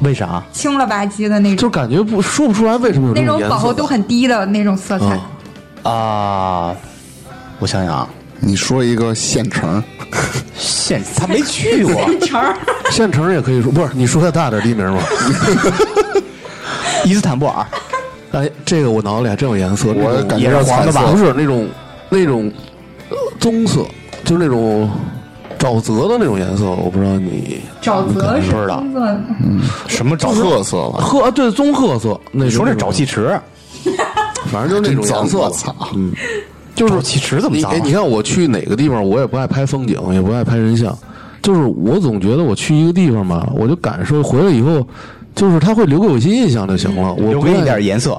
C: 为啥？
D: 青了吧唧的那种，
B: 就感觉不说不出来为什么有
D: 那
B: 这
D: 种
B: 颜
D: 饱和
B: 色
D: 度很低的那种色彩。
B: 嗯
C: 啊，我想想啊，
A: 你说一个县城，
C: 现他没去
B: 嗯
C: 过，
B: [laughs] 县城也可以说不是，你说的大点地名吧。 [laughs]
C: 伊斯坦布尔，
B: 哎，这个我脑子里还真有颜色，
A: 我
B: 那种
A: 感
C: 也
A: 觉
C: 是
A: 到
C: 黄
A: 彩
C: 的吧
A: 色
B: 不是那种那种呃棕色，就是那种沼泽的那种颜色，我不知道你
D: 沼泽是
C: 不知道
D: 青色的，
C: 什么沼
A: 褐色吧？
B: 褐啊，对，棕褐色，那
C: 你
B: 种
C: 说那沼气，池，
B: 反正就是那种
A: 真脏
B: 颜色
A: 我
B: 吧。嗯
A: 操！
B: [laughs]
C: 就是沼气池怎么
B: 你
C: 脏啊？
B: 哎你看我去哪个地方，我也不爱拍风景，也不爱拍人像，就是我总觉得我去一个地方嘛，我就感受回来以后，就是它会留给我一些印象就行了。我
C: 嗯留
B: 不
C: 给你
B: 爱
C: 点儿，颜色，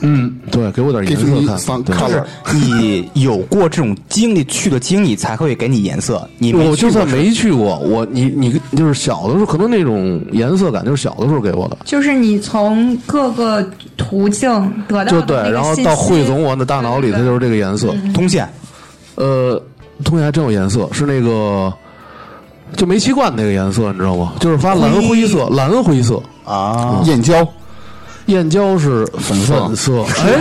B: 嗯，对，给我点颜
A: Give me
B: 色看
A: some
B: 对。
A: color
C: 你有过这种经历，去了经历才会给你颜色。你没
B: 我就
C: 去
B: 算
C: 过
B: 没去过，我你你就是小的时候，可能那种颜色感就是小的时候给我的，
D: 就是你从各个途径得到
B: 就
D: 的
B: 对
D: 那，个
B: 然后
D: 信息
B: 到汇总我的大脑里，它就是这个颜色。
C: 通县，
D: 嗯
B: 呃，东西还真有颜色，是那个就煤气罐那个颜色，你知道吗？就是发蓝灰色，蓝灰色。
C: 啊，
A: 燕郊
B: 燕郊是粉
A: 色
B: 粉色，哎，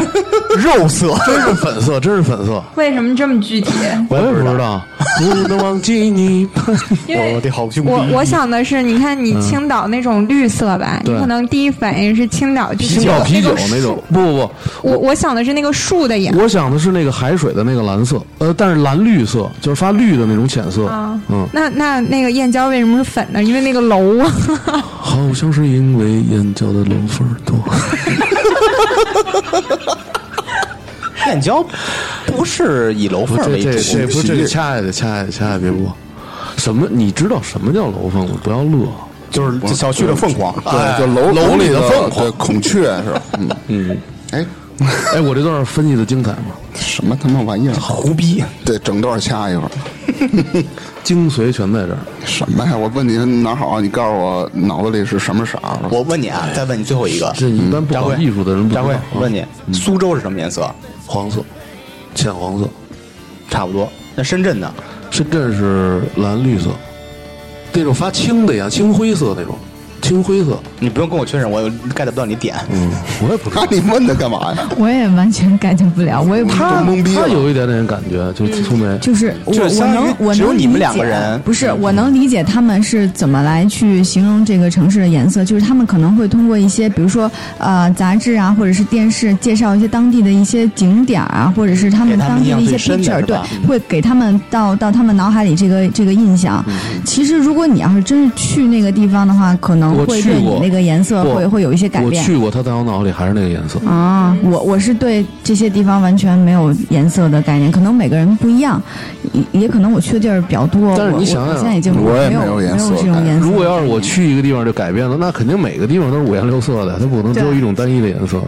C: 肉色，
B: [laughs] 真是粉色，真是粉色。
D: 为什么这么具体？
B: 我也不知道，不能忘记你。
D: [laughs] 因为
C: 的好兄
B: 嗯
D: 我我想的是，你看你青岛那种绿色吧，你
B: 对
D: 可能第一反应是青岛就是
B: 青岛啤酒
D: 个树
B: 那种，不不
D: 我我想的是那个树的颜
B: 不，我想的是那个海水的那个蓝色，呃，但是蓝绿色就是发绿的那种浅色。
D: 啊。
B: 嗯，
D: 那那那个燕郊为什么是粉的？因为那个楼啊，
B: 好像是因为燕郊的楼粉多。
C: 燕郊不是以楼缝
B: 这
C: 为主
B: 这这不这个掐下去，掐下去，掐下去，别播。什么？你知道什么叫楼凤吗？不要乐。
C: 就是这小区的凤凰，哎
A: 对，就楼楼里的凤凰，对，孔雀是吧？嗯嗯，哎，
B: 哎，我这段分析的精彩吗？
A: 什么他妈玩意儿？
C: 胡逼，
A: 对，整段掐一会儿。
B: 精髓全在这儿。
A: 什么呀？我问你哪好？啊你告诉我脑子里是什么色儿？
C: 我问你啊，再问你最后一个，
B: 这一般不
C: 张
B: 搞
C: 辉
B: 艺术的人不知
C: 张
B: 道
C: 辉
B: 啊，
C: 我问你，苏州是什么颜色？
B: 黄色，浅黄色。
C: 差不多。那深圳呢？
B: 深圳是蓝绿色，那种发青的呀，青灰色那种，青灰色。
C: 你不用跟我确认，我 get 不到你点。
B: 嗯，我也不知
A: 那
B: 道。
A: 你问他干嘛呀？
F: 我也完全感觉不了，我也不知道
A: 他懵逼
B: 他
A: 了。
B: 有一点点感觉，就粗眉。
F: 就是我
C: 就是
F: 我
C: 相当于
F: 能我能
C: 只有你们
F: 理
C: 两个
F: 解
C: 人嗯
F: 不是我能理解他们是怎么来去形容这个城市的颜色，就是他们可能会通过一些，比如说呃杂志啊，或者是电视介绍一些当地的一些景点儿啊，或者是他
C: 给
F: 们
C: 他们
F: 当
C: 印象
F: 地的一
C: 最
F: 些
C: 深的
F: picture，
C: 是
F: 对
C: 吧，嗯
F: 会给他们到到他们脑海里这个这个印象。
C: 嗯
F: 其实如果你要是真是去那个地方的话，可能
B: 我
F: 会
B: 去
F: 对你
B: 过
F: 那个颜色
B: 不
F: 会会有一些改
B: 我
F: 变。
B: 去过，他在我脑子里还是那个颜色。
F: 啊，我我是对这些地方完全没有颜色的概念，可能每个人不一样，也也可能我去的地儿比较多。
B: 但是
F: 我
B: 你想想
F: 我现在已经
A: 我也
F: 没
A: 没有
F: 有
A: 颜色
F: 没有这种颜色。
B: 如果要是我去一个地方就改变了，那肯定每个地方都是五颜六色的，它不可能只有
F: 对
B: 一种单一的颜色。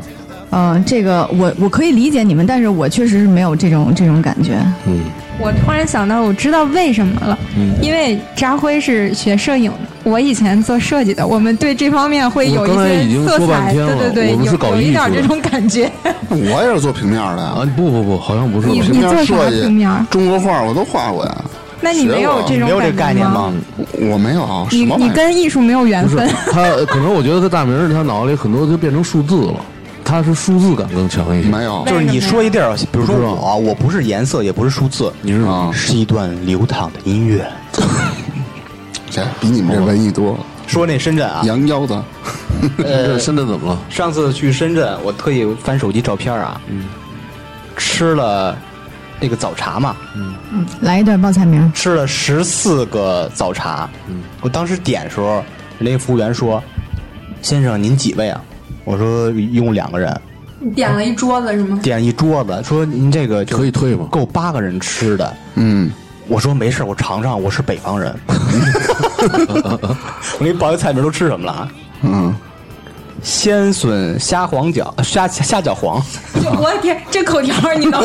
F: 呃，这个我我可以理解你们，但是我确实是没有这种这种感觉。
B: 嗯，
D: 我突然想到，我知道为什么了，因为扎辉是学摄影的，我以前做设计的，我们对这方面会有一
B: 我刚才已
D: 些
B: 经
D: 色
B: 说半
D: 彩，
B: 天了
D: 对对对，
B: 我们是搞
D: 有有
B: 艺术
D: 一点
B: 的
D: 这种感觉。
A: 我也是做平面的呀
B: 啊，，不不不，好像不是。
D: 你
A: 平
D: 你做
A: 面
D: 啥
A: 设
D: 平面儿
A: 计、中国画我都画过呀。
D: 那你没有这
C: 你
D: 种
C: 没有这个概念
D: 吗
C: 吗？？
A: 我我没有啊什
D: 你
A: 么玩意
D: 你
A: 儿
D: 跟艺术没有缘
B: 不是
D: 分，
B: 他，可能我觉得他大名儿，他脑子里很多就变成数字了，他是数字感更强一些。
A: 没有
D: 为
C: 就是你说一地儿，比如说
B: 不知道
C: 我，我不是颜色，也不是数字，
B: 你是
A: 啊？
C: 是一段流淌的音乐。
A: 这比你们这文艺多。
C: 说那深圳啊，
A: 羊腰子，
B: 深圳深圳怎么了？嗯
C: 上次去深圳，我特意翻手机照片啊，吃了那个早茶嘛，
B: 嗯
F: 来一段报菜名。
C: 吃了十四个早茶。
B: 嗯
C: 我当时点的时候，人家服务员说：“先生，您几位啊？”我说：“一共两个人。
D: 你点了一桌子是吗”？
C: 点一桌子，说：“您这个就
B: 可以退吗
C: 够八个人吃的。
A: 嗯，”
C: 我说：“没事，我尝尝，我是北方
B: [laughs]
C: 人。”我给你报一菜名，都吃什么了啊？
A: 嗯，
C: 鲜笋虾黄饺，呃虾虾饺
B: [laughs]
C: 黄。
D: [laughs] 就我的天，这口条儿你能？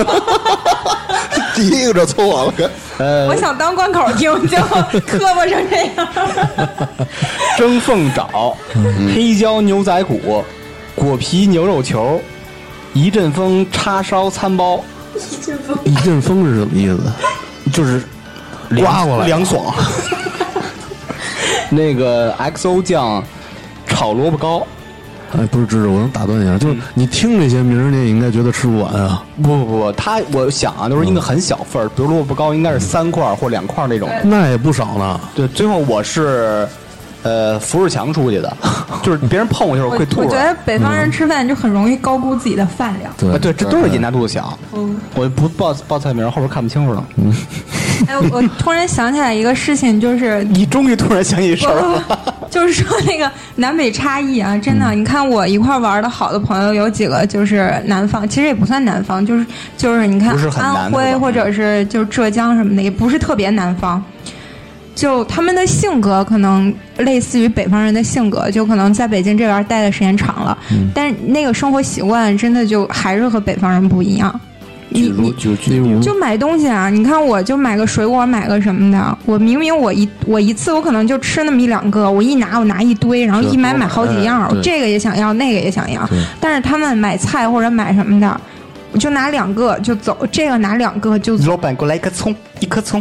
A: 第一个就凑完了，
D: 我想当关口听，结果磕巴成
B: [laughs]
D: 这样。
C: 蒸凤爪、
B: 嗯
C: 黑椒牛仔骨、果皮牛肉球、一阵风叉烧餐包，
B: 一阵风是什么意思？
C: 就是
B: 刮过来
C: 凉
B: [laughs]
C: 爽。那个 XO 酱炒萝卜糕，
B: 哎，不是，芝芝，我能打断一下，就是你听这些名儿，你也应该觉得吃不完啊。
C: 不不不，它我想啊，就是一
B: 嗯
C: 个很小份儿，比如萝卜糕应该是三块儿或两块儿那种。
B: 那也不少呢，
C: 对，最后我是呃扶着墙出去的， [laughs] 就是别人碰我一下我
D: 我
C: 会吐
D: 我
C: 了。
D: 觉得北方人吃饭就很容易高估自己的饭量。
B: 对
C: 啊，对，这都是眼大肚子小。
B: 嗯
C: 我不报报菜名，后边看不清楚了。
D: 哎，我我突然想起来一个事情，就是
C: 你终于突然想起事儿了。
D: 就是说那个南北差异啊，真
C: 嗯
D: 的，你看我一块儿玩的好的朋友有几个就是南方，其实也不算南方，就是就是你看
C: 不是很南
D: 安
C: 是
D: 徽
C: 吧
D: 或者是就是浙江什么的，也不是特别南方。就他们的性格可能类似于北方人的性格，就可能在北京这边待的时间长了，
C: 嗯
D: 但那个生活习惯真的就还是和北方人不一样。你你
B: 就就
D: 就买东西啊，你看我就买个水果，买个什么的，我明明我一我一次我可能就吃那么一两个，我一拿我拿一堆，然后一买买好几样，
B: 哎对
D: 这个也想要，那个也想要
B: 对，
D: 但是他们买菜或者买什么的。我就拿两个就走，这个拿两个
B: 嗯
D: 就走。
C: 老板给我来一颗葱，一颗葱。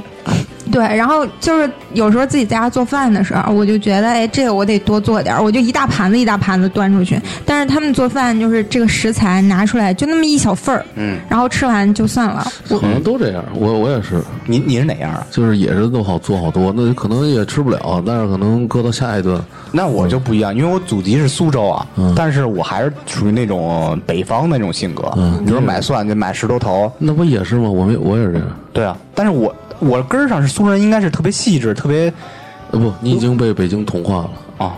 D: 对，然后就是有时候自己在家做饭的时候，我就觉得，哎，这个我得多做点儿，我就一大盘子一大盘子端出去。但是他们做饭就是这个食材拿出来就那么一小份儿，
C: 嗯，
D: 然后吃完就算了。
B: 好像都这样。我我也是，
C: 你你是哪样啊？
B: 就是也是弄好做好多，那可能也吃不了，但是可能搁到下一顿。
C: 那我就不一样，因为我祖籍是苏州啊，
B: 嗯
C: 但是我还是属于那种北方那种性格。
B: 嗯
C: 比如买蒜就买十多头，
B: 那不也是吗？我没，我也是这样。
C: 对啊。但是我我根儿上是苏州人，应该是特别细致，特别
B: 呃，不，你已经被北京同化了。
C: 啊，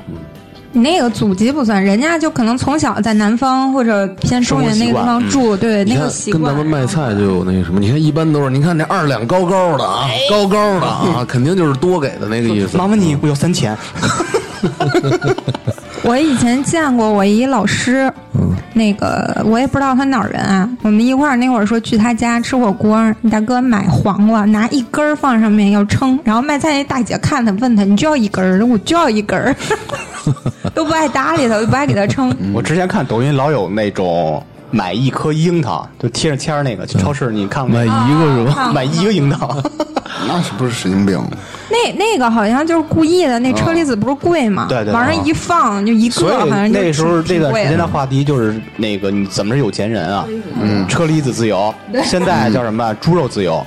D: 你那个祖籍不算，人家就可能从小在南方或者偏中原那个地方住，对
B: 你
D: 那
B: 看
D: 个习，
C: 嗯
B: 跟
D: 惯。
B: 咱们卖菜就有那个什么，你看一般都是，你看这二两高高的啊，高高的啊，肯定就是多给的那个意思。嗯
C: 麻烦你我要三钱。
D: 我以前见过我一老师，
C: 嗯
D: 那个我也不知道他哪儿人啊。我们一块儿那会儿说去他家吃火锅，你大哥买黄瓜，拿一根儿放上面要称，然后卖菜那大姐看他问他你就要一根儿，我就要一
C: [laughs]
D: 根儿，都不爱搭理他，都不爱给他称。
C: 我之前看抖音老有那种买一颗樱桃，就贴上签儿那个，去超市你看过
B: 买
C: 那嗯个
B: 一个是吧？
D: 啊
C: [laughs] 买一个樱
D: [laughs]
C: 桃，
A: 那是不是神经病？
D: 那那个好像就是故意的，那车厘子不是贵
C: 嗯
D: 吗？
C: 对对对
D: 往上一放就一个，
C: 所
D: 好
C: 以
D: 像就
C: 那时候
D: 挺
C: 这段
D: 贵
C: 时
D: 的
C: 间的话题就是那个你怎么是有钱人啊？嗯，车厘子自由，现在叫什么？猪肉自由。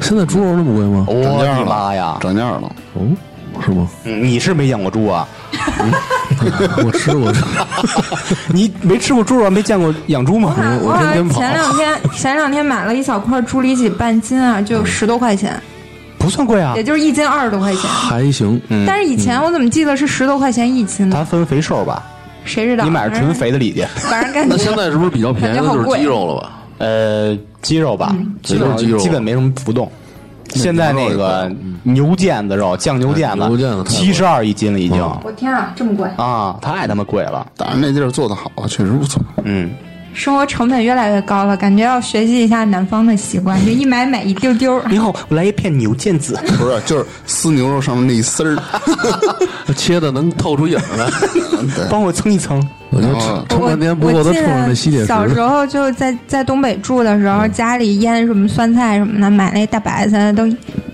B: 现在猪肉那么贵吗？
C: 我
A: 涨价
C: 的
A: 了
C: 妈呀！
A: 涨价了，
B: 哦，是吗？ [laughs]
C: 嗯你是没养过猪啊？
B: 我吃过，
C: [laughs] 你没吃过猪肉，没见过养猪吗？
D: 我好像前两天前两天买了一小块猪里脊半斤啊，就十多块钱，
C: 不算贵啊
D: 也。就是一斤二十多块钱。
B: 还行。嗯，
D: 但是以前我怎么记得是十多块钱一斤呢？
C: 它分肥瘦吧，
D: 谁知道？
C: 你买着纯肥的里脊，
D: 反正，反正
B: 那
D: 感
B: 现
D: 觉
B: 在是不是比较便宜的就是鸡肉了吧？
C: 呃，鸡肉吧，
B: 都是鸡肉
C: 基本没什么浮动。现在那个牛腱子肉，酱牛腱子，
B: 哎牛腱子太贵嗯
C: 七十二一斤了已经
D: [laughs] 我天啊，这么贵，
C: 啊，太他妈贵了。
A: 但是那地儿做的好啊，确实不错。
C: 嗯，
D: 生活成本越来越高了，感觉要学习一下南方的习惯，就一买买一丢丢。
B: 啊
C: 你好，我来一片牛腱子。 [laughs]
A: 不是，就是撕牛肉上面那一丝儿，
B: 切的能透出影儿来， [laughs]
A: 对，
C: 帮我蹭一蹭。
B: 我就
A: 哦
B: 撑撑半天不够他冲上那吸铁
D: 我记得
B: 石。
D: 小时候就在在东北住的时候，家里腌什么酸菜什么的，买那大白菜都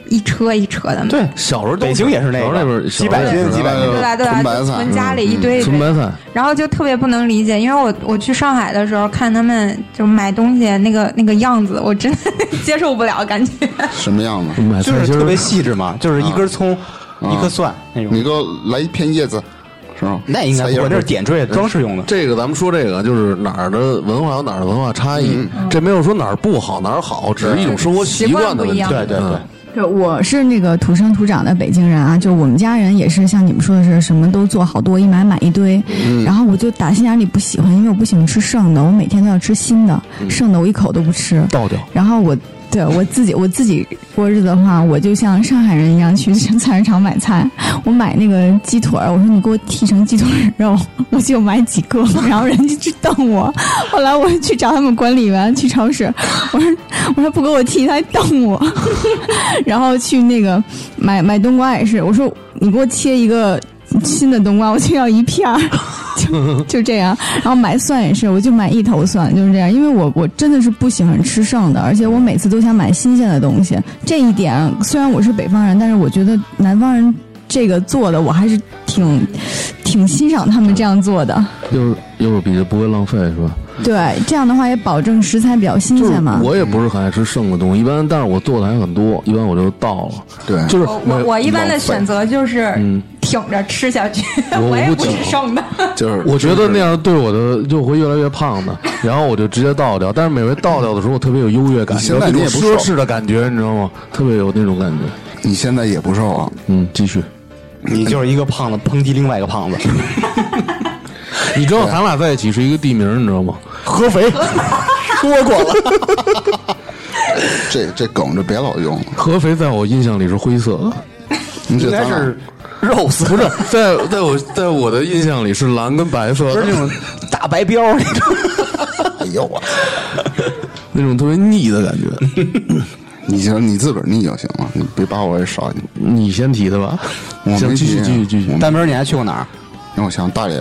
D: 一车一车的买，
C: 对，
B: [laughs] 小时候都
C: 北京也是那
B: 小时候
C: 个
B: 那边儿
C: 几百斤
A: 小时候也是
C: 几百斤
A: 那
D: 对吧？对吧？
A: 纯白
D: 就
A: 菜
D: 囤家里一堆一堆
B: 纯白菜，
D: 然后就特别不能理解，因为我我去上海的时候看他们就买东西那个那个样子，我真
G: [laughs]
D: 的接受不了，感觉
A: 什么样子？
B: 买
C: 就是
B: 菜心
C: 特别
B: 儿，啊
C: 细致嘛，就是一根葱，一颗蒜那种。
A: 你给我来一片叶子，是时候，
C: 那应该不
A: 菜叶
C: 会，
A: 儿
C: 那是点
B: 嗯
C: 缀装饰用的。
B: 这个咱们说这个就是哪儿的文化有哪儿的文化差异，
C: 嗯
B: 这没有说哪儿不好哪儿好，只是一种生活习惯的问题。
G: 习惯
C: 对对对，
B: 嗯
F: 就我是那个土生土长的北京人啊，就我们家人也是像你们说的是什么都做好多，一买买一堆。
A: 嗯
F: 然后我就打心眼里不喜欢，因为我不喜欢吃剩的，我每天都要吃新的，
A: 嗯
F: 剩的我一口都不吃。
B: 倒掉。
F: 然后我对我自己我自己过日子的话，我就像上海人一样去菜市场买菜。我买那个鸡腿儿，我说你给我剔成鸡腿肉，我就买几个，然后人家就瞪我。 [laughs] 后来我去找他们管理员去超市，我说我说不给我剔，他还瞪我。 [laughs] 然后去那个买买冬瓜也是，我说你给我切一个。新的冬瓜，我就要一片儿，就就这样。然后买蒜也是，我就买一头蒜，就是这样。因为我我真的是不喜欢吃剩的，而且我每次都想买新鲜的东西。这一点虽然我是北方人，但是我觉得南方人这个做的，我还是挺挺欣赏他们这样做
B: 嗯
F: 的。
B: 又又比这不会浪费是吧？
F: 对，这样的话也保证食材比较新
B: 就是
F: 鲜嘛。
B: 我也不是很爱吃剩的东西，一般，但是我做的还很多，一般我就倒了。
A: 对
B: 就是
G: 我我我一般的选
B: 择，
G: 择就是
B: 嗯
G: 挺着吃下去，
B: 我
G: 我也
B: 不
G: 不
B: 讲
G: 吃剩的。
A: 就是
B: 我觉得那样对我的就会越来越胖的，然后我就直接倒掉。但是每回倒掉的时候，我特别有优越感，
A: 现在
B: 有
A: 你
B: 那
A: 也
B: 种
A: 不
B: 奢
A: 瘦
B: 侈的感觉，你知道吗？特别有那种感觉。
A: 你现在也不瘦啊，
B: 嗯，继续。
C: 你就是一个胖子抨击另外一个胖
B: [laughs]
C: 子，
B: 你
A: 啊
B: 知道咱俩在一起是一个地名，你知道吗？合肥，说过了。
A: 这这梗就别老用了，
B: [laughs] 合肥在我印象里是灰色的，
A: 你这
C: 应该
A: 咱俩
C: 是肉丝，不是
B: 在在我在我的印象里是蓝跟白色
C: 不是那
B: 的，
C: 种大白膘那种。
A: 哎呦我，
B: 那种特别腻的感觉。
A: [laughs] 你行你自个儿腻就行了，你别把我也捎进去。
B: 你先提的吧，
A: 我没
B: 行，继续
A: 提啊
B: 继续继续。
C: 大明儿，你还去过哪儿？
A: 让我想大连，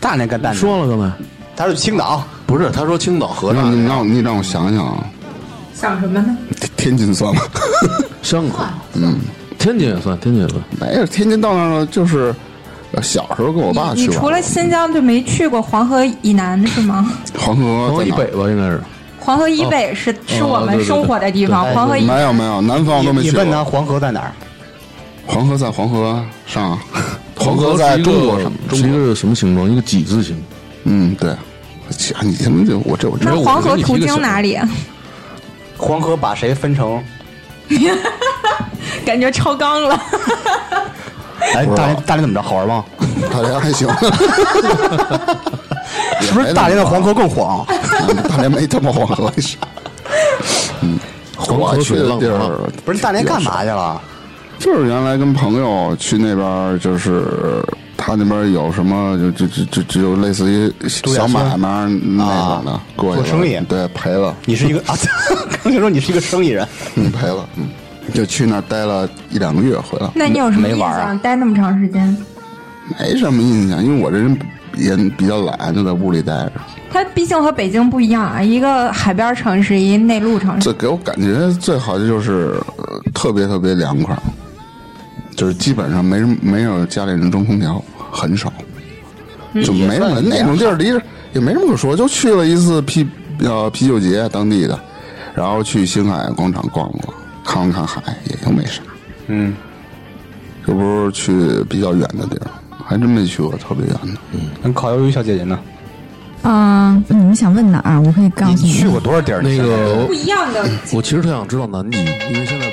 C: 大连干大连，
B: 说了刚才
C: 他是青岛，
B: 不是他说青岛河
A: 让你
B: 南
A: 让我你让我想想啊，
G: 想什么呢？
A: 天天津算吗？ [laughs]
B: 香河，嗯，天津也算，天津也算。
A: 没有，天津到那儿了就是。呃小时候跟我爸
G: 你
A: 去
G: 除
A: 玩
G: 了新疆就没去过黄河以南是吗？
A: 黄河
B: 黄河
A: 在
B: 以
A: 哪儿
B: 北吧，应该是。
G: 黄河以北是是我
B: 对对
G: 们
B: 对
G: 生活的地方，
B: 对
G: 黄河以
A: 没有没有，南方都没
C: 你
A: 去
C: 你
A: 过。
C: 问他黄河在哪儿？
A: 黄河在黄河
C: [laughs]
A: 上，黄
B: 河
A: 河在中国上，
B: 是一
A: 中国
B: 个什么形状？一个几字形。
A: 嗯对。切你他妈就我这我这
C: [laughs]
G: 那
B: 我
G: 黄
B: 觉得
G: 河
B: 你
G: 途
B: 这个
G: 经
B: 小
G: 哪里？ [laughs]
C: 黄河把谁分成？
G: 感觉超纲了。
C: 哎，大连大连怎么着？好玩吗？
A: 大连还行，
C: [laughs] 是不是大连的黄河更啊黄？
A: 嗯大连没他妈黄河啥？嗯，
B: 黄
A: 我
B: 河
A: 去
B: 水
A: 的
B: 浪
A: 地
B: 花
A: 儿
C: [laughs] 啊不是大连干嘛去了？
A: 就是原来跟朋友去那边儿，就是他那边儿有什么，就就就就就类似于
C: 度假
A: 小
C: 村
A: 买卖儿那种的
C: 啊，
A: 过去
C: 做生意
A: 了对，赔了，
C: 你是一个啊， [laughs] 刚才说你是一个生意人，
A: 嗯，赔了，嗯，就去那儿待了一两个月，回来
G: 那你有什么
C: 没
G: 印
C: 玩啊
G: 象？待那么长时间，
A: 没什么印象，因为我这人也比较懒，就在屋里待着，
G: 它毕竟和北京不一样啊，一个海边城市，一内陆城市。
A: 这给我感觉最好的就是、呃特别特别凉快，就是基本上没人没有家里人装空调，很少，就没什么那种地儿离着也没什么可说，就去了一次啤呃啤酒节当地的，然后去星海广场逛逛，看了看海，也就没啥。
C: 嗯，
A: 这不是去比较远的地儿，还真没去过特别远的。
C: 跟烤鱿鱼小姐姐呢？
F: 嗯、你们想问哪儿？我可以告诉
C: 你去过多少地儿？
B: 那
C: 你现在
B: 个
G: 不一样的
B: 我其实特想知道南极，因为现在